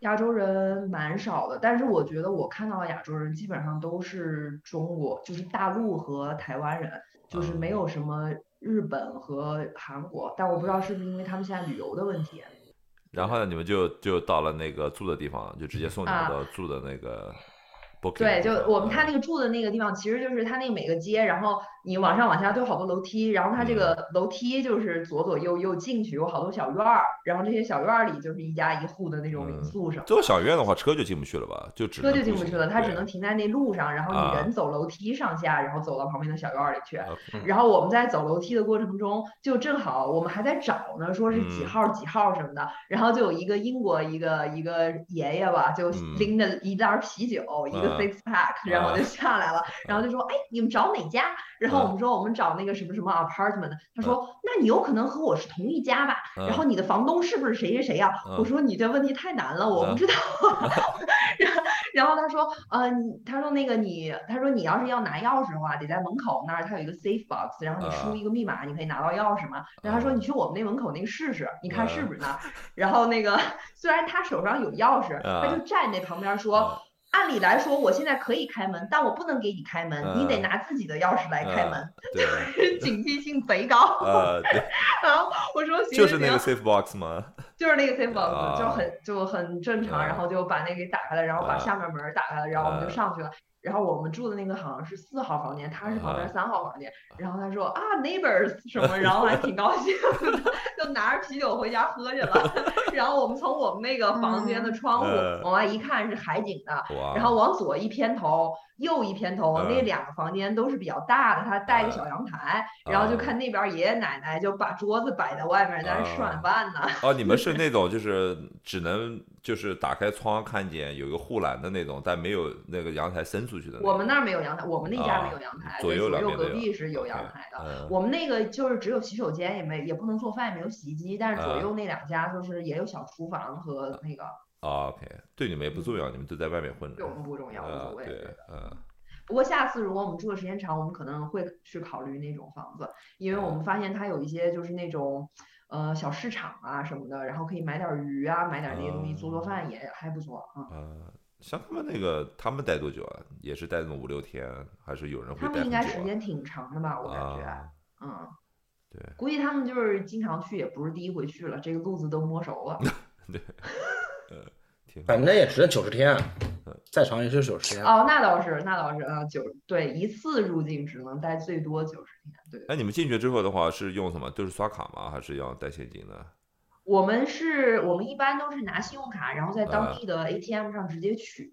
亚洲人蛮少的，但是我觉得我看到的亚洲人基本上都是中国，就是大陆和台湾人，就是没有什么日本和韩国，但我不知道是不是因为他们现在旅游的问题，
然后呢，你们就就到了那个住的地方，就直接送你们
啊
到住的那个 booking
对，
的地方。
就我们他
嗯
那个住的那个地方，其实就是他那每个街，然后你往上往下都有好多楼梯，然后他这个楼梯就是左左右右进去有好多小院儿，然后这些小院儿里就是一家一户的那种
嗯
民宿什么
这个
的，
小院的话，车就进不去了吧？就只
车就
能
进
步
不
行
去了，他只
对
能停在那路上，然后
啊
你人走楼梯上下，然后走到旁边的小院儿里去。
OK，
然后我们在走楼梯的过程中，就正好我们还在找呢，说是几
嗯
号几号什么的，然后就有一个英国一个一个爷爷吧，就
嗯
拎着一袋儿啤酒，一个
啊
six pack，、然后就下来了，然后就说，哎，你们找哪家？然
啊
后我们说我们找那个什么什么 apartment，、他说，那你有可能和我是同一家吧？
嗯
然后你的房东是不是谁谁谁呀、
嗯
我说你这问题太难了，我
嗯
不知道。 然后他说，呃，你他说那个你，他说你要是要拿钥匙的话，得在门口那儿，他有一个 safe box，然后你
啊
输一个密码，你可以拿到钥匙嘛。然后他说
嗯
你去我们那门口那个试试，你看是
嗯
不是那儿。然后那个虽然他手上有钥匙，他就
嗯
站那旁边说
嗯。
按理来说，我现在可以开门，但我不能给你开门，你得
嗯
拿自己的钥匙来开门，
对，
警惕性贼高。
呃，对，
然后我说行
就
行
是
行，
那个 safe box 吗？
就是那个 safe box 就
啊
很就很正常，然
啊
后就把那个给打开了，然后
啊
把下面门儿打开了，然后我们就
啊
上去了。然后我们住的那个好像是四号房间，他是旁边
啊
三号房间。然后他说啊 neighbors 什么，然后还挺高兴的， 就拿着啤酒回家喝去了。然后我们从我们那个房间的窗户
嗯啊
往外一看是海景的，
哇，
然后往左一偏头，右一偏头，那
嗯
两个房间都是比较大的，它带个小阳台，然后就
啊
看那边爷爷奶奶就把桌子摆在外面，在那吃
啊
晚饭呢。
哦，你们是那种就是只能就是打开窗看见有一个护栏的那种，但没有那个阳台伸出去的那种。
我们那儿没有阳台，我们那家
啊
没有阳台，
左
对
右两
左右
边都
隔
有
壁是有
OK，
阳台的。
嗯
我们那个就是只有洗手间，也没也不能做饭，也没有洗衣机，但是左
啊
右那两家就是也有小厨房和那个，
啊 OK，对你们也不重要，你们都在外面混着
对我。们不重要，无
啊
所，谓。
对，嗯，
不过下次如果我们住的时间长，我们可能会去考虑那种房子，因为我
嗯
们发现它有一些就是那种，呃，小市场啊什么的，然后可以买点鱼啊，买点那些东西做做饭也还不错啊。
呃，像他们那个，他们待多久啊？也是待那种五六天，还是有人会
他
待
们
很
应
久
该
啊？
时间挺长的吧，我感觉，
啊，
嗯，
对
估计他们就是经常去，也不是第一回去了，这个路子都摸熟了。
挺好
反正也只是九十天啊，再长也是九十天。
哦，那倒是，那倒是啊，九对一次入境只能待最多九十天，对。
那你们进去之后的话，是用什么？都是刷卡吗？还是要带现金呢？
我们是我们一般都是拿信用卡，然后在当
啊
地的 ATM 上直接取，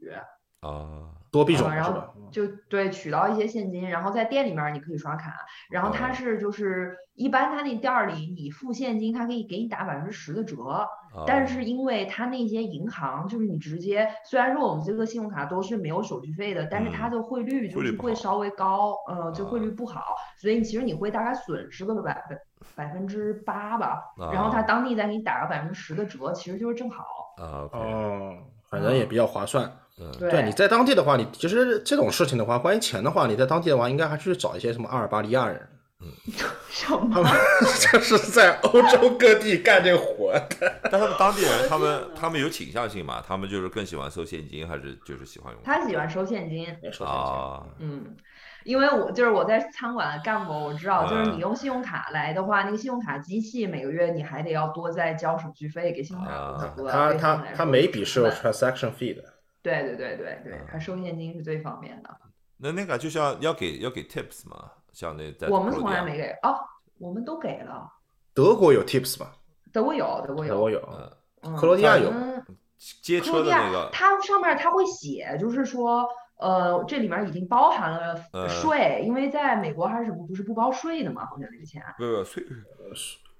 啊，
多币种
啊然
是
后
吧？
就对取到一些现金，然后在店里面儿你可以刷卡，然后它
哦
是就是一般它那店儿里你付现金，它可以给你打百分之十的折，
啊
但是因为它那些银行就是你直接，虽然说我们这个信用卡都是没有手续费的，但是它
嗯
的汇率就
汇率
是
不
会
好
稍微高，呃，就汇
啊
率不好，所以其实你会大概损失个百分百分之八吧，然后它
啊
当地再给你打个百分之十的折，其实就是正好。
啊，OK，
哦，反正也比较划算。
嗯，
对
对，你在当地的话，你其实这种事情的话，关于钱的话，你在当地的话，应该还是去找一些什么阿尔巴尼亚人，
什么
他？们 就是在欧洲各地干这活的。
但他们当地 人，他们他们有倾向性嘛？他们就是更喜欢收现金，还是就是喜欢用
他喜欢收现金，
说
啊
嗯，因为我就是我在餐馆干过，我知道，就是
嗯
你用信用卡来的话，那个信用卡机器每个月你还得要多再交手续费给信用卡公司。
啊
他
对
他
们来
他
说
每
是
笔
成
是有
本
transaction fee 的，
对对对对对
嗯，
他收现金是最方便的。
那那个就像要给要给 tips 嘛，像那在
我们从
克罗地
来
亚
没给哦，我们都给了。
德国有 tips 吧？
德国有，德国
德
有
国，有，
嗯
嗯
克罗地亚有
我们
街
克罗
车
地
的那个
亚，它上面它会写，就是说，呃，这里面已经包含
嗯
了税，因为在美国还是什么，不是不包税的嘛，好像之前。
不不税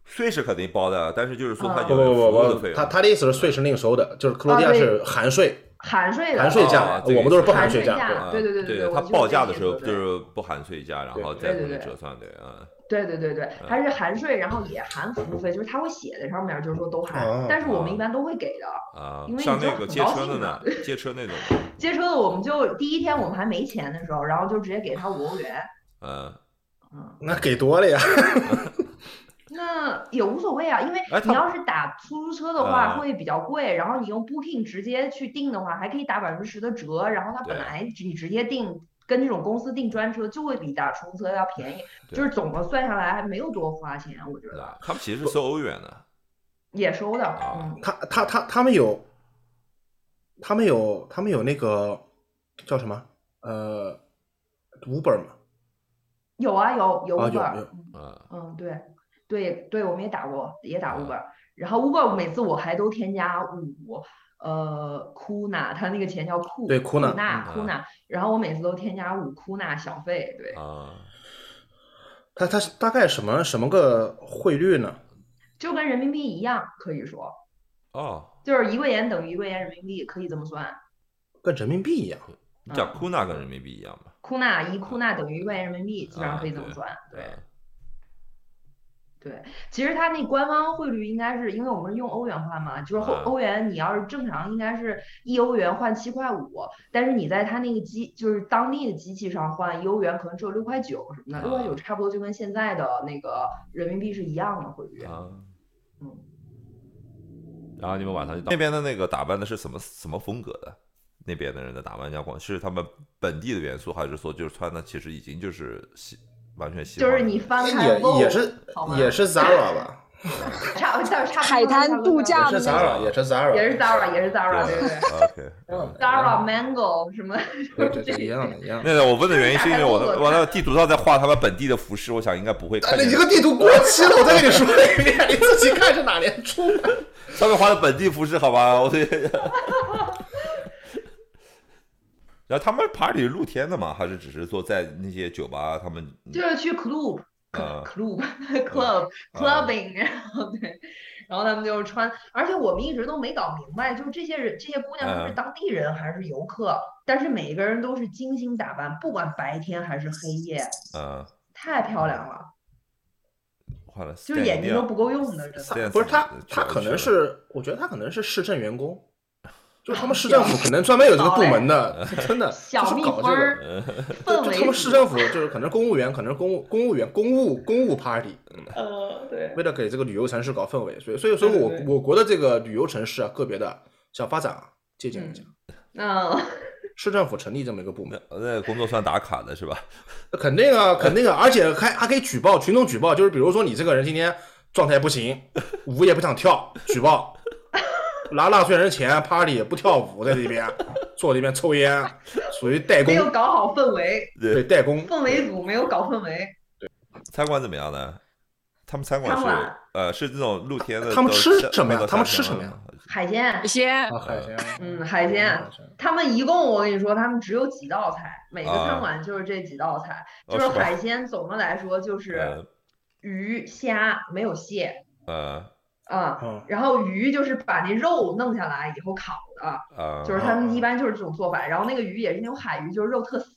税是肯定包的，但是就是说
啊
它
不
有
不
服务
不
的
不
费
不，
用，
他他的意思是税是另收的，就是克罗地亚
啊对
是含税，
含税的，
含税
哦
价，
这个
我们都是不
意思
含
含
税
税
价。
价
对
啊
对对对
对
对
它
我就
报
这
价
个
的
意
时候
思
就
对
是不含税价，然后
对
再
对
给你
对
折
对
算的，嗯，
对对对对，它是含税，然后也含服务费，就是它会写在上面，就是说都
哦
含，但是我们
哦
一般都会给的。
啊
因为，你
像
知道
那个
很
街
高
车的
兴
呢
嘛，
街车那种，
接车的我们就第一天我们还没钱的时候，然后就直接给他五欧元，
嗯，
嗯，
那给多了呀，
那也无所谓啊，因为
哎他
你要是打出租车的
啊
话会比较贵，然后你用 Booking 直接去订的话，还可以打百分之十的折，然后它本
对
来你直接订。跟这种公司订专车就会比打出租车要便宜，
对
就是总的算下来还没有多花钱，我觉得
他们其实是收欧元的，
也收的，
啊
嗯，
他他他他们有，他们有他们有那个叫什么呃，Uber 嘛，
有啊有有
啊有
Uber，
有
嗯
嗯，
嗯，对，对对，我们也打过，也打
啊
Uber，、然后 Uber 每次我还都添加五，呃，Kuna，它那个钱叫库，
对
库
Kuna，
纳
嗯
库纳，然后我每次都添加五 Kuna 小费，对，
啊，
他他大概什么什么个汇率呢？
就跟人民币一样，可以说
哦，
就是一块钱等于一块钱人民币，可以这么算。
跟人民币一样。
你讲
嗯
库纳跟人民币一样嘛，
库纳一库纳等于一块钱人民币，基本上
嗯啊
可以这么
对
算，对。
嗯
对，其实它那官方汇率应该是因为我们是用欧元换嘛，就是欧
啊
欧元你要是正常应该是一欧元换七块五，但是你在它那个机就是当地的机器上换一欧元可能只有六块九什么的，六块
啊
九差不多就跟现在的那个人民币是一样的汇率。
啊，
嗯
然后你们晚上就到那边的那个打扮的是什么什么风格的？那边的人的打扮像光是他们本地的元素，还是说就是穿的其实已经就是西完全西
就
方的
是
那
你
种
翻开
也
Vogue，
也是
好吗
也是 Zara 吧，
差差差不多
海滩
差不多
度假
也
啊
是 Zara，也是 Zara，
也是 Zara 也是 Zara 对对对
对 OK，嗯
嗯
Zara Mango 什么
对对对，一样的，一 样的。
那个我问的原因是因为我
大概
的
都
我
裸看
那个地图上在画他们本地的服饰，我想应该不
啊
会看
那哎
见
你这个地图过期了，我再跟你说一遍，你自己看是哪年出 的。
上面画的本地服饰，好吧？我对。然后他们 party 露天的嘛，还是只是说在那些酒吧他们
嗯
嗯
就是去 club
啊
club
啊
club clubbing，然后对，然后他们就穿，而且我们一直都没搞明白，就是这些人这些姑娘她们是
嗯
当地人还是游客，但是每个人都是精心打扮，不管白天还是黑夜，
嗯
太漂亮了，
画了 stand down，
就是眼睛都不够用的，真的。
stand
不是他
去
他
了，
可能
去了
是，我觉得他可能是市政员工，就他们市政府可能专门有这个部门的，真的啊就
小
是
蜜
搞
蜂
这个。
儿
就
氛
就
围
他们市
组
政府就是可能公务员，可能是公务公务员公务公务 party，
呃，对，
为了给这个旅游城市搞氛围，所以所以说
对
我
对对
我国的这个旅游城市啊，个别的想发展啊，借鉴一下，
嗯，
市政府成立这么一个部门
那，那呃工作算打卡的是吧？
肯定啊，肯定啊，而且还还可以举报，群众举报，就是比如说你这个人今天状态不行，舞也不想跳，举报，拿纳税人钱 party 也不跳舞，在这边坐这边抽烟，属于代工
没有，搞好氛围，
对代工，
氛围组没有搞氛围，
餐馆怎么样呢？他们餐馆
餐
是
馆
呃是这种露天的，
他们
都
吃
下
什么呀
卖到
他们
夏
吃
天
什么
了
呀
吗？
海鲜
海，鲜
啊，海鲜，
嗯，海鲜。
海鲜
他们一共，我跟你说，他们只有几道菜，每个
啊
餐馆就是这几道菜，
哦
就是
是吧
海鲜。总的来说就是
呃
鱼、虾，没有蟹
呃
啊。
嗯，
然后鱼就是把那肉弄下来以后烤的，
呃，
就是他们一般就是这种做法。然后那个鱼也是那种海鱼，就是肉特死。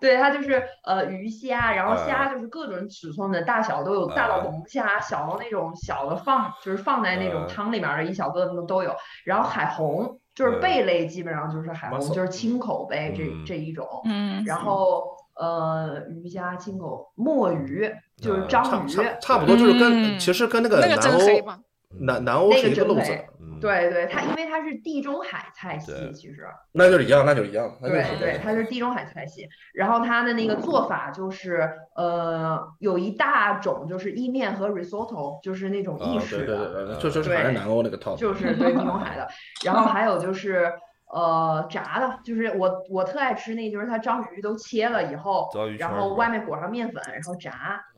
对，它就是呃鱼虾，然后虾
嗯
就是各种尺寸的大小都有，大到
呃
龙虾，小到那种小的放就是放在那种
呃
汤里面的一小个都有。然后海虹就是
呃
贝类，基本上就是海虹，
muscle
就是清口呗，
嗯
这这一种。
嗯，
然后呃鱼虾清口，墨鱼就是
呃
章
差
鱼，
差差不多就是跟
嗯
其实跟那个
那个
南
真黑
欧
嘛，
南南欧
那
是
个
一个
真
路
黑
子，
嗯，
对对，它因为它是地中海菜系
对，
其实
那就是一样，那就是一样，那就
对
是
对，它是地中海菜系。然后它的那个做法就是，呃，有一大种就是意面和 risotto，就是那种意
啊
哦对
式
对
的，
对对，就就是还是南欧那个套路，嗯
就是对地中海的。然后还有就是。呃，炸的，就是我我特爱吃那，就是它章鱼都切了以后
章鱼，圈
然
儿
后
是
外
吧
面裹上面粉，然后炸，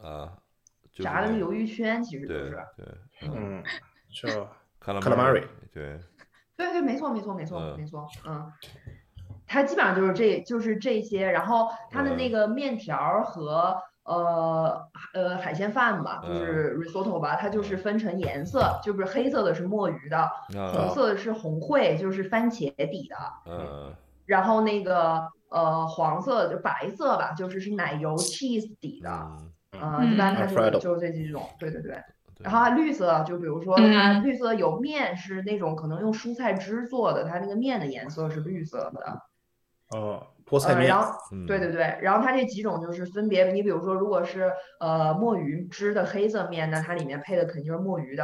啊，就是
炸的
那
那
个
鱿鱼圈，其实就
对
是，
对，
嗯，就
卡拉
Calamari
对，
对对，没错没错没错
嗯
没错，嗯，它基本上就是这就是这些，然后它的那
嗯
个面条儿和呃呃海鲜饭吧，就
嗯
是 risotto 吧，它就是分成颜色，就是黑色的是墨鱼的，红
那
色的是红烩，就是番茄底的，
呃
然后那个呃黄色就白色吧，就是是奶油 cheese 底的，
嗯
呃，一般
嗯
它就是
Alfredo
就是这几种，对对对。
对
然后它绿色，就比如说它
嗯
绿色有面是那种可能用蔬菜汁做的，它那个面的颜色是绿色的。
哦，菠菜
呃，
面
然，后
嗯
对对对，然后它这几种就是分别，你比如说如果是呃墨鱼汁的黑色面，那它里面配的肯定就是墨鱼的。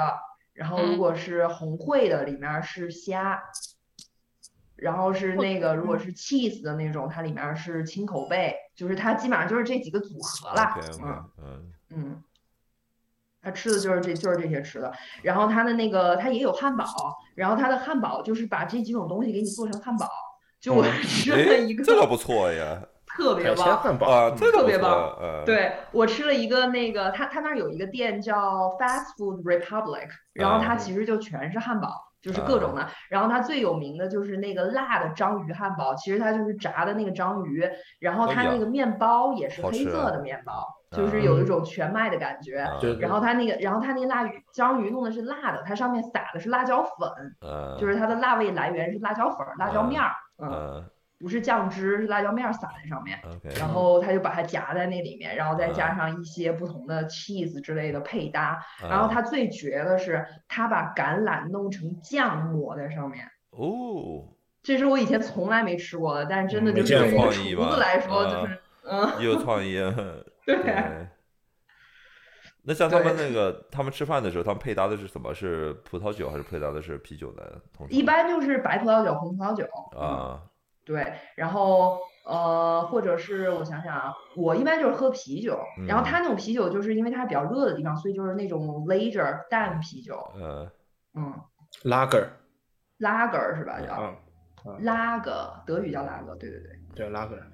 然后如
嗯
果是红烩的，里面是虾。然后是
我
那个，如果
嗯
是 cheese 的那种，它里面是青口贝，就是它基本上就是这几个组合啦。
，OK OK，
嗯，
嗯
嗯，他吃的就是这就是这些吃的，然后他的那个他也有汉堡，然后他的汉堡就是把这几种东西给你做成汉堡，就我吃了
哦诶
一个
这个不错呀，
特别
海鲜
棒，
汉堡嗯
啊，，这个
特
不
别
错
棒，
呃，
对我吃了一个那个他他那儿有一个店叫 Fast Food Republic，然
啊
后它
嗯
其实就全是汉堡。就是各种的，然后它最有名的就是那个辣的章鱼汉堡，其实它就是炸的那个章鱼，然后
哎
它
呀
那个面包也是
好
黑
吃
色
啊
的面包，就是有一种全麦的感觉。
啊
就是
然后它那个，然后它那个辣鱼章鱼弄的是辣的，它上面撒的是辣椒粉，
呃，
就是它的辣味来源是辣椒粉儿、辣椒面儿，嗯，
呃
不是酱汁，是辣椒面儿撒在上面。
，OK，
然后它就把它夹在那里面，然后再加上一些不同的 cheese 之类的配搭。然后
呃
它最绝的是，它把橄榄弄成酱抹在上面。
哦，
这是我以前从来没吃过的，但是真的
嗯
就
没
是
见
对于一个
过创意吧
厨子来说，就
嗯
是嗯，
也有创意，啊
对。
那像他们
对
那个，他们吃饭的时候，他们配搭的是什么？是葡萄酒还是配搭的是啤酒呢？通常
一般就是白葡萄酒、红葡萄酒嗯
啊，
对，然后呃，或者是我想想啊，我一般就是喝啤酒，然后
嗯
他那种啤酒就是因为它是比较热的地方，所以就是那种 lager 淡啤酒，
呃，
嗯
拉根儿，
，lager 是吧？叫
嗯，
lager，德语叫 lager，对对对，
对拉根儿，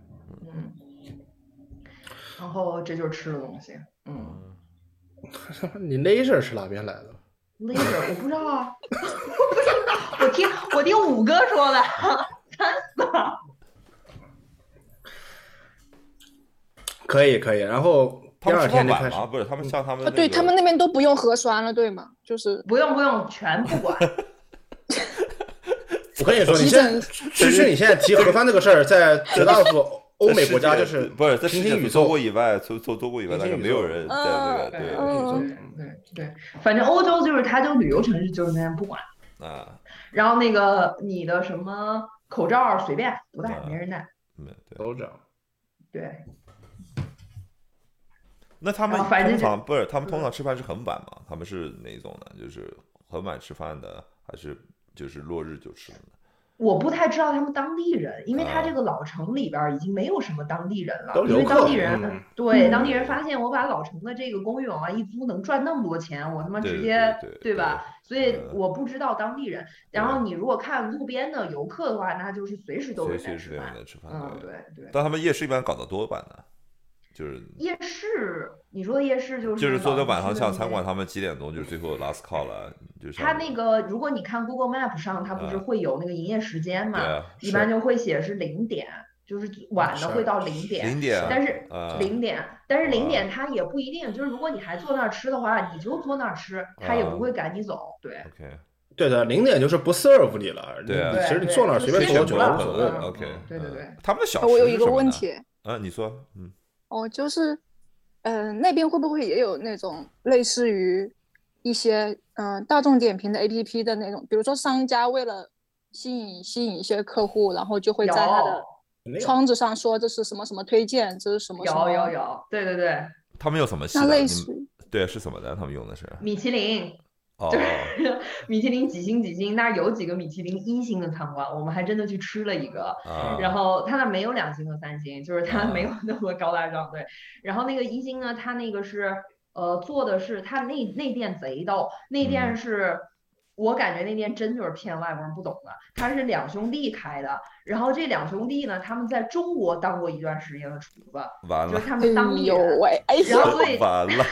嗯。然后这就是吃的东西， 嗯
嗯
你那阵儿是哪边来的？
，lager 我不知道啊， 我不知道，我听我听五哥说的，
可以可以，然后
他
第
们
二
吃
天
饭
就
晚
开始嗯
吗？不是，他们像他们
啊，对
那
他
个
们那边都不用核酸了，对吗？就是
不用不用，全不管，
我跟你说，你
急
现
诊
在其实你现在提核酸这个事儿，在绝大多数欧美国家
在
就
世界
是
不是在世
平
界
行
只
宇
做
宙
过以外，做做做过以外，
平
大
行
概
宇
没有
宙
人在
嗯
那
对
个
嗯
对对对，反正欧洲就是它就旅游城市就是那样不管。
对啊，
然后那个你的什么口罩儿随便不
啊
戴，没人戴。
没有对。
都这样。
对，
那他们
然后反正
通
就
常不是他们通常吃饭是很晚嘛？他们是哪一种呢？就是很晚吃饭的，还是就是落日就吃的呢？
我不太知道他们当地人，因为他
啊
这个老城里边儿已经没有什么当地人了，
都是
因为
游客
当地人、
嗯
对
嗯
当地人发现我把老城的这个公寓往外一租能赚那么多钱，我他妈
对
直
对
接
对对
吧？所以
呃
我不知道当地人。然后你如果看路边的游客的话，那就是随时都有
所以
人在
随时
吃
有人
饭。
在吃饭。
嗯，
对
对对。
但他们夜市一般搞得多晚呢？就是
夜市，你说的夜市就是
就是说
老
的
城
晚上
区
像
那
餐
些
馆，他们几点钟就是最后 last call 了，就是
它那个如果你看 Google Map 上，它不是
嗯
会有那个营业时间嘛？
对啊，
一
是嗯
般就会写是零点，就是晚的
是
会到零点，
零点，
但是
啊
零点，但是零
啊
点它也不一定，就是如果你还坐那儿吃的话，你就坐那儿吃，他也
啊
不会赶你走。对，
OK
对的，零点就是不 serve 你了，
对啊
你其实你
对
坐那儿
对
随便
就是
坐，我觉得无
open
所谓
的
OK，
嗯
对对对
他们的小
我有
吃
一
是
个
什么
问
呢，
题，
啊，你说，嗯，
哦，就是，呃，那边会不会也有那种类似于一些嗯、呃大众点评的 APP 的那种，比如说商家为了吸引吸引一些客户，然后就会在他的
肯定有
窗子上说这是什么什么推荐，这是什么什
有有
么，
有，对对对，
他们有什么系
那
的？
类
你
似于
对是什么的？他们用的是
米其林，
哦，
米其林几星几星，那儿有几个米其林一星的餐馆，我们还真的去吃了一个。
啊，
然后它那没有两星和三星，就是它
啊
没有 那么高大上，对。然后那个一星呢，它那个是呃做的是它那那店贼逗，那店
嗯
是。我感觉那店真就是骗外国人不懂的，他是两兄弟开的，然后这两兄弟呢，他们在中国当过一段时间的厨子，
完
就
了
是他们当
哎
地
呦
人。
喂，哎
然后
呦，
所以
完了，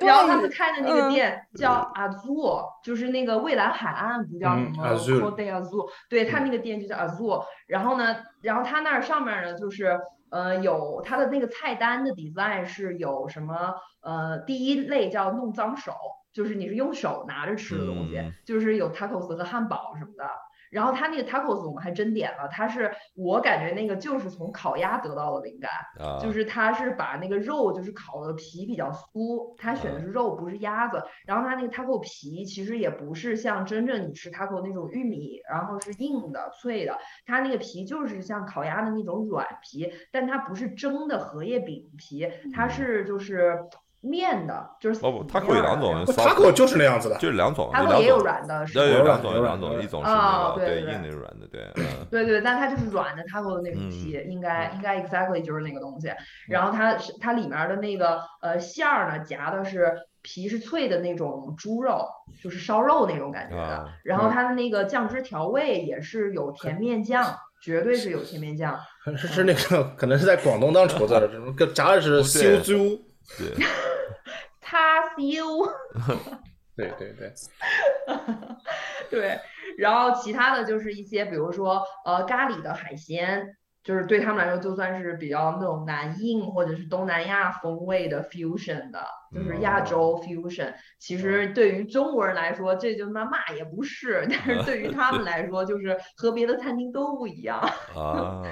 然后
对
他们开的那个
嗯
店叫 Azul，、就是那个蔚蓝海岸，不叫什
嗯
么
Azul 嗯
Côte d'Azur，对他那个店就叫 Azul。然后呢，然后他那儿上面呢就是。呃，有他的那个菜单的 design 是有什么？呃，第一类叫弄脏手，就是你是用手拿着吃的东西，
嗯
就是有 tacos 和汉堡什么的。然后他那个 tacos 我们还真点了，他是我感觉那个就是从烤鸭得到的灵感，
啊，
就是它是把那个肉就是烤的皮比较酥，它选
啊
的是肉不是鸭子，然后它那个 taco 皮其实也不是像真正你吃 taco 那种玉米，然后是硬的脆的，它那个皮就是像烤鸭的那种软皮，但它不是蒸的荷叶饼皮，它是就是面的，就是
嗯哦不，它会有两种
不，taco 就是那样子的，
就是两种，有
，taco
两
也有
种，
软的，是
对，有
有软
两种，
有
有
软
两种，
有
一种是
啊
那个
对对
硬
对
的，软的， 对，嗯
对对，但它就是软的 taco 的那种
嗯
皮，应该应该 exactly 就是那个东西。然后它是它里面的那个呃馅儿呢，夹的是皮是脆的那种猪肉，就是烧肉那种感觉的。
啊
然后它的那个酱汁调味也是有甜面酱，绝对是有甜面酱。
是是那个可能是在广东当厨子，什么跟炸的是
不
修
对
猪，
对，
叉 u
对对对，
对，然后其他的就是一些，比如说呃咖喱的海鲜，就是对他们来说就算是比较那种南印或者是东南亚风味的 fusion 的，就是亚
嗯
洲 fusion。其实对于中国人来说，这就那嘛也不是，但是对于他们来说，就是和别的餐厅都不一样。
啊，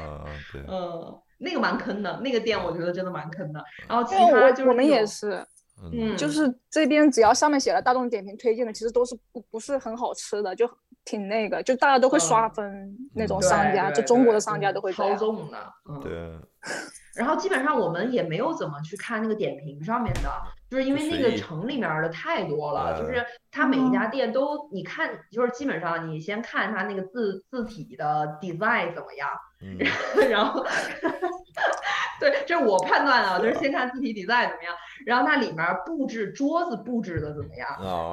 对，
嗯，那个蛮坑的，那个店我觉得真的蛮坑的。然后其
因为
他就是
我我们
那
也
种，
是，
嗯，
就是这边只要上面写了大众点评推荐的，其实都是不不是很好吃的，就挺那个，就大家都会刷
嗯
分那种
对
商家，
对
就中国
对
的商家
嗯
都会这
操
样。
纵的，嗯。
对，
然后基本上我们也没有怎么去看那个点评上面的，就是因
就
为那
随
个
意
城里面儿的太多了，就
嗯
是它每一家店都，你看，就是基本上你先看它那个字字体的 design 怎么样，
嗯，
然后，对，这是我判断啊，就是先看字体 design 怎么样，然后它里面儿布置桌子布置的怎么样，
啊，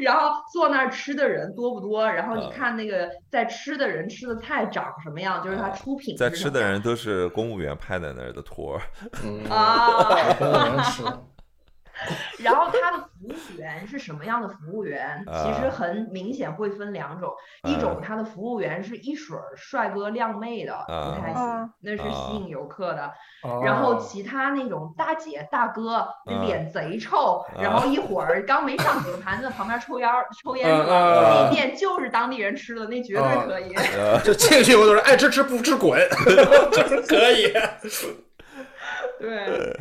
然后坐那儿吃的人多不多，然后你
嗯
看那个在吃的人吃的菜长什么样，就是它
嗯
出品
在
是什
吃
么
的
样
人都是公务员派在那儿的托儿，
嗯，
啊。
很难吃。
然后他的服务员是什么样的服务员？其实
啊
很明显会分两种，一种
嗯
他的服务员是一水儿帅哥靓妹的，
啊
不太行
啊，
那是
啊
吸引游客的。
哦
然后其他那种大姐大哥，那
嗯
脸贼臭，然
啊
后一会儿刚没上几个盘子，旁边抽烟儿抽烟去
嗯嗯
了，
嗯
啊
那店就是当地人吃的，那绝对
哦
嗯
可以。
呃
就进去我都是爱吃吃不吃滚， 就是可以。
对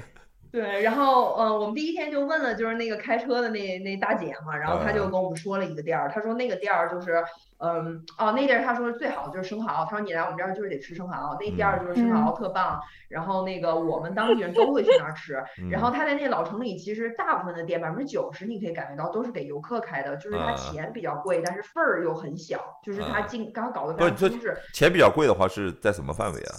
对，然后呃，我们第一天就问了，就是那个开车的那那大姐嘛，然后她就
嗯
跟我们说了一个店儿，她说那个店儿就是，嗯，哦，那店儿她说最好就是生蚝，她说你来我们这儿就是得吃生蚝，那店儿就是生蚝特棒，然后那个我们当地人都会去那儿吃，
嗯
然后他在那老城里，其实大部分的店百分之九十你可以感觉到都是给游客开的，就是它
嗯
钱比较贵，但是份儿又很小，就是它
嗯
进刚搞得
不
非
是
常
这
精致，
嗯钱比较贵的话是在什么范围啊？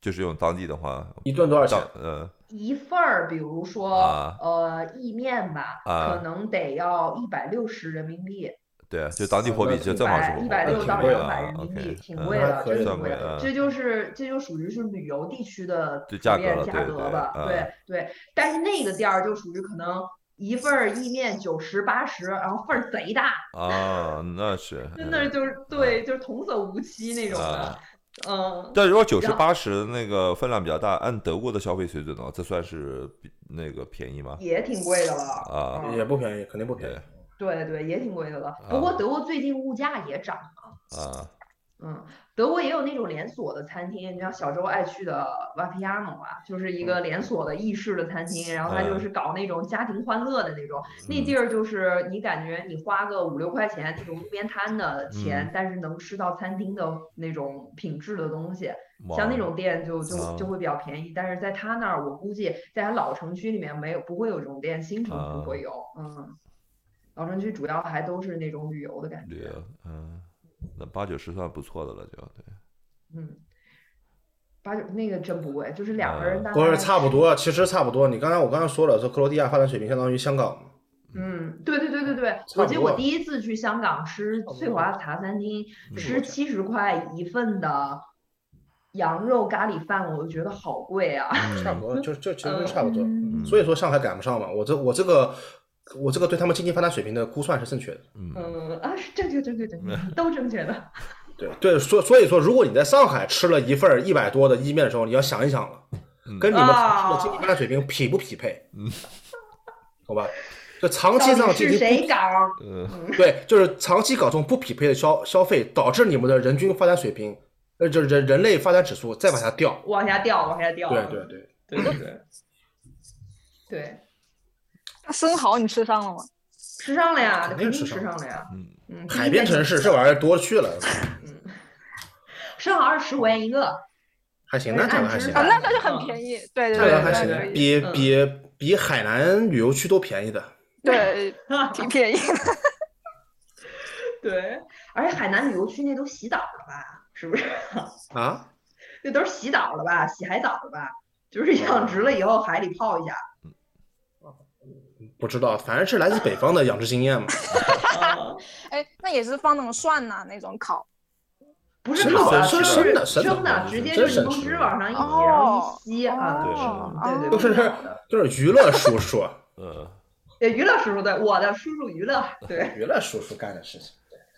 就是用当地的话，
一顿多少钱
当？呃
一份儿，比如说
啊
呃意面吧，
啊
可能得要一百六十人民币。
对啊，就当地货币就
一
正好是
呃百
我
一百
那
六
挺
到
贵
两
的
百
啊
人民币，
，OK，
挺
嗯
贵
还
的，
可
真
以
挺
嗯
贵的。这就是这就属于是旅游地区的
对
普
价
遍
格了
价
对
格
对
吧，
嗯
对对。但是那个店儿就属于可能一份儿意面九十八十，然后份儿贼大，
啊，那是
真的
嗯
就是对，就是童叟无欺那种的
啊，
嗯。
但如果九十
然后
八十那个分量比较大，按德国的消费水准的话，这算是比那个便宜吗？
也挺贵的了
啊
嗯
也不便宜，肯定不便宜
对。
对对，也挺贵的了。不过
啊
德国最近物价也涨了，
啊，
嗯，德国也有那种连锁的餐厅，你像小周爱去的 Vapiano 啊，就是一个连锁的意式的餐厅，然后它就
嗯
是搞那种家庭欢乐的那种，那
嗯
地儿就是你感觉你花个五六块钱那种路边摊的钱，
嗯
但是能吃到餐厅的那种品质的东西，
哇
像那种店就就
啊
就会比较便宜，但是在他那儿，我估计在他老城区里面没有不会有这种店，新城
啊
不会有，嗯，老城区主要还都是那种旅游的感
旅
觉，
游，嗯，那八九十算不错的了，就对。
嗯，八九那个真不贵，就是两个人大概
不嗯是差不，多，其实差不多。你刚才我刚刚说了，说克罗地亚发展水平相当于香港嘛，
嗯，对对对对对，
差
我
不
记得我
多
第一次去香港吃
不
翠
多
华茶餐厅，
嗯
吃七十块一份的羊肉咖喱饭，我就觉得好贵啊，
差不多，就就其实
嗯
就差不多。
嗯
所以说上海赶不上嘛，我这我这个我这个对他们经济发展水平的估算是正确的。
嗯，
嗯啊，是正确正确正
嗯
确，都正确的。
对对，所所以说，如果你在上海吃了一份一百多的意面的时候，你要想一想了，跟你们
啊
城市的经济发展水平匹不匹配？
嗯，
好吧，就长期
到
上
底
进
是
行
谁
不
岗？
嗯
对，就是长期搞这种不匹配的消消费，导致你们的人均发展水平，呃，就人人类发展指数再往下掉。
往下掉，往下掉。
对对对，
对对对对，
那生蚝你吃上了吗？
吃上了呀，
肯
定
定
吃
吃
上了呀。
嗯，
嗯，第
海
一
边
天
城市这玩意儿多了去了，
生蚝是十五块钱一个，
还行，那价格还行，
啊，
价
那那就很便宜，对对
格
对，
还
那
行，
可以，
嗯
比比比海南旅游区都便宜的。
对，挺便宜的。
对，而且海南旅游区那都洗澡了吧？是不 是？
啊，
那都是洗澡了吧？洗海澡了吧？就是养殖了以后海里泡一 下。
不知道，反正是来自北方的养殖经验嘛。
嗯
哎，那也是放那种蒜呐、那种烤，
不是
生
烤的，
的
就
生
是
的生的
生的，直接就
真
是
生
汤
吃
汁
的
往上一
哦
挤，然后一吸啊。
哦
对对对，
都是
不烤的
就是娱乐叔叔，
呃，
对娱乐叔叔，对我的叔叔娱乐， 对。
娱乐叔叔干的事情。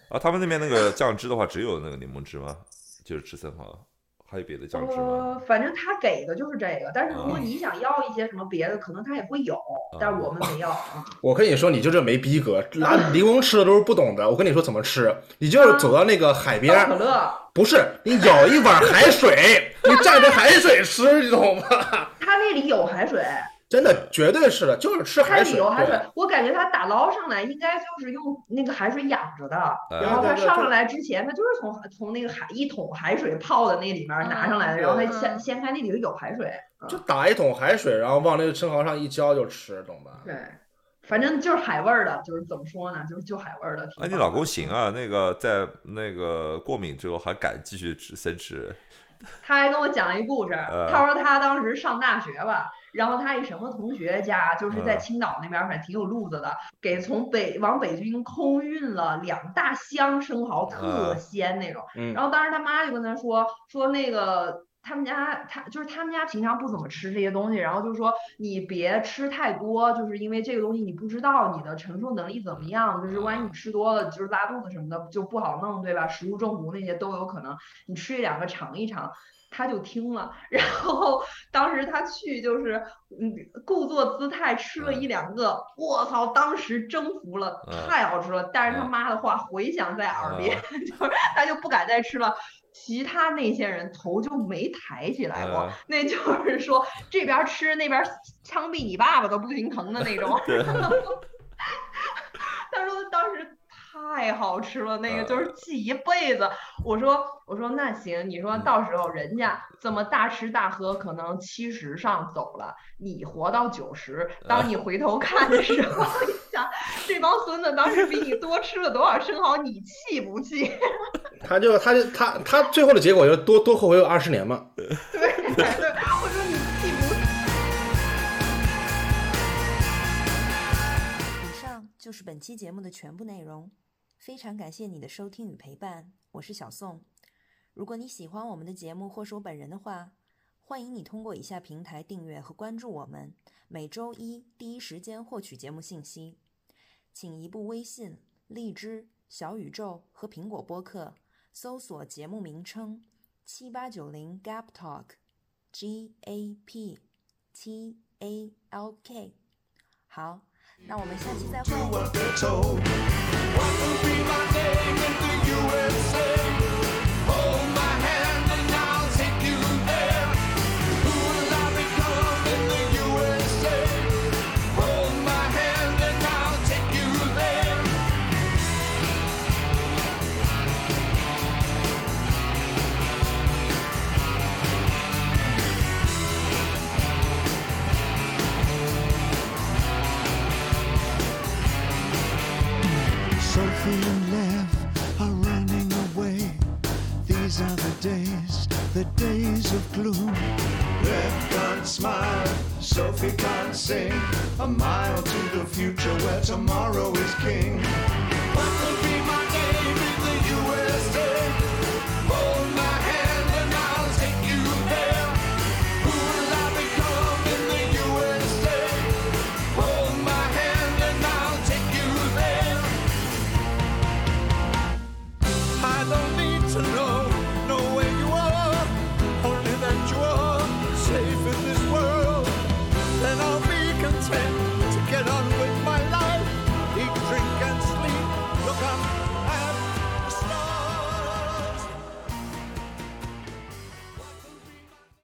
啊，他们那边那个酱汁的话，只有那个柠檬汁吗？就是吃生蚝，还有别的酱汁吗？
呃，反正他给的就是这个，但是
啊
如果
嗯
你想要一些什么别的，可能他也会有，但是我们没要。啊
我跟你说，你就这没逼格，拿柠檬吃的都是不懂的。我跟你说怎么吃，你就是走到那个海边
倒可
儿，
乐，
不是你舀一碗海水，你蘸着海水吃，你懂吗？
他那里有海水，
真的，绝对是的，就是吃
他
海
那里
水。
有海水
对，
我感觉他打捞上来应该就是用那个海水养着的，
哎
然后他
对对对
上来之前，他就是从从那个海一桶海水泡的那里面拿上来的，
嗯
然后他
嗯
掀掀开那里头有海水，
就打一桶海水，然后往那个生蚝上一浇就吃，懂吧？
对，反正就是海味儿的，就是怎么说呢，就是就海味儿的。挺
哎，你
好
老
的
公行啊，那个在那个过敏之后还敢继续吃生吃，
他还跟我讲了一故事，
呃
他说他当时上大学吧，然后他一什么同学家，就是
呃
在
嗯
青岛那边，反正挺有路子的，给从北往北京空运了两大箱生蚝，特
呃
嗯
鲜那种。
嗯
然后当时他妈就跟他说说那个。他们家他就是他们家平常不怎么吃这些东西，然后就说你别吃太多，就是因为这个东西你不知道你的承受能力怎么样，就是万一你吃多了就是拉肚子什么的就不好弄，对吧？食物中毒那些都有可能，你吃一两个尝一尝。他就听了， 然后当时他去就是嗯，故作姿态吃了一两个，我操，当时征服了，
嗯
太好吃了。但是他
嗯
妈的话回响在耳边，就是他就不敢再吃了。其他那些人头就没抬起来过，
嗯
那就是说这边吃那边枪毙你爸爸都不心疼的那 种。
对，
他说当时太好吃了，那个
嗯
就是记一辈子。我说我说那行，你
嗯
说到时候人家这么大吃大喝，可能七十上走了，你活到九十，
嗯
当你回头看的时候， 你想这帮孙子当时比你多吃了多少生蚝，你气不气？
他就他就他他最后的结果就是多多后悔有二十年嘛。
对对，我说你气不气？
以上就是本期节目的全部内容。非常感谢你的收听与陪伴，我是小宋。如果你喜欢我们的节目或是我本人的话，欢迎你通过以下平台订阅和关注我们，每周一第一时间获取节目信息。请移步微信、荔枝、小宇宙和苹果播客搜索节目名称“七八九零 Gap Talk”，G A P T A L K。好，那我们下期再会。
Sophie and Lev are running away. These are the days, the days of gloom. Lev can't smile, Sophie can't sing. A mile to the future where tomorrow is king.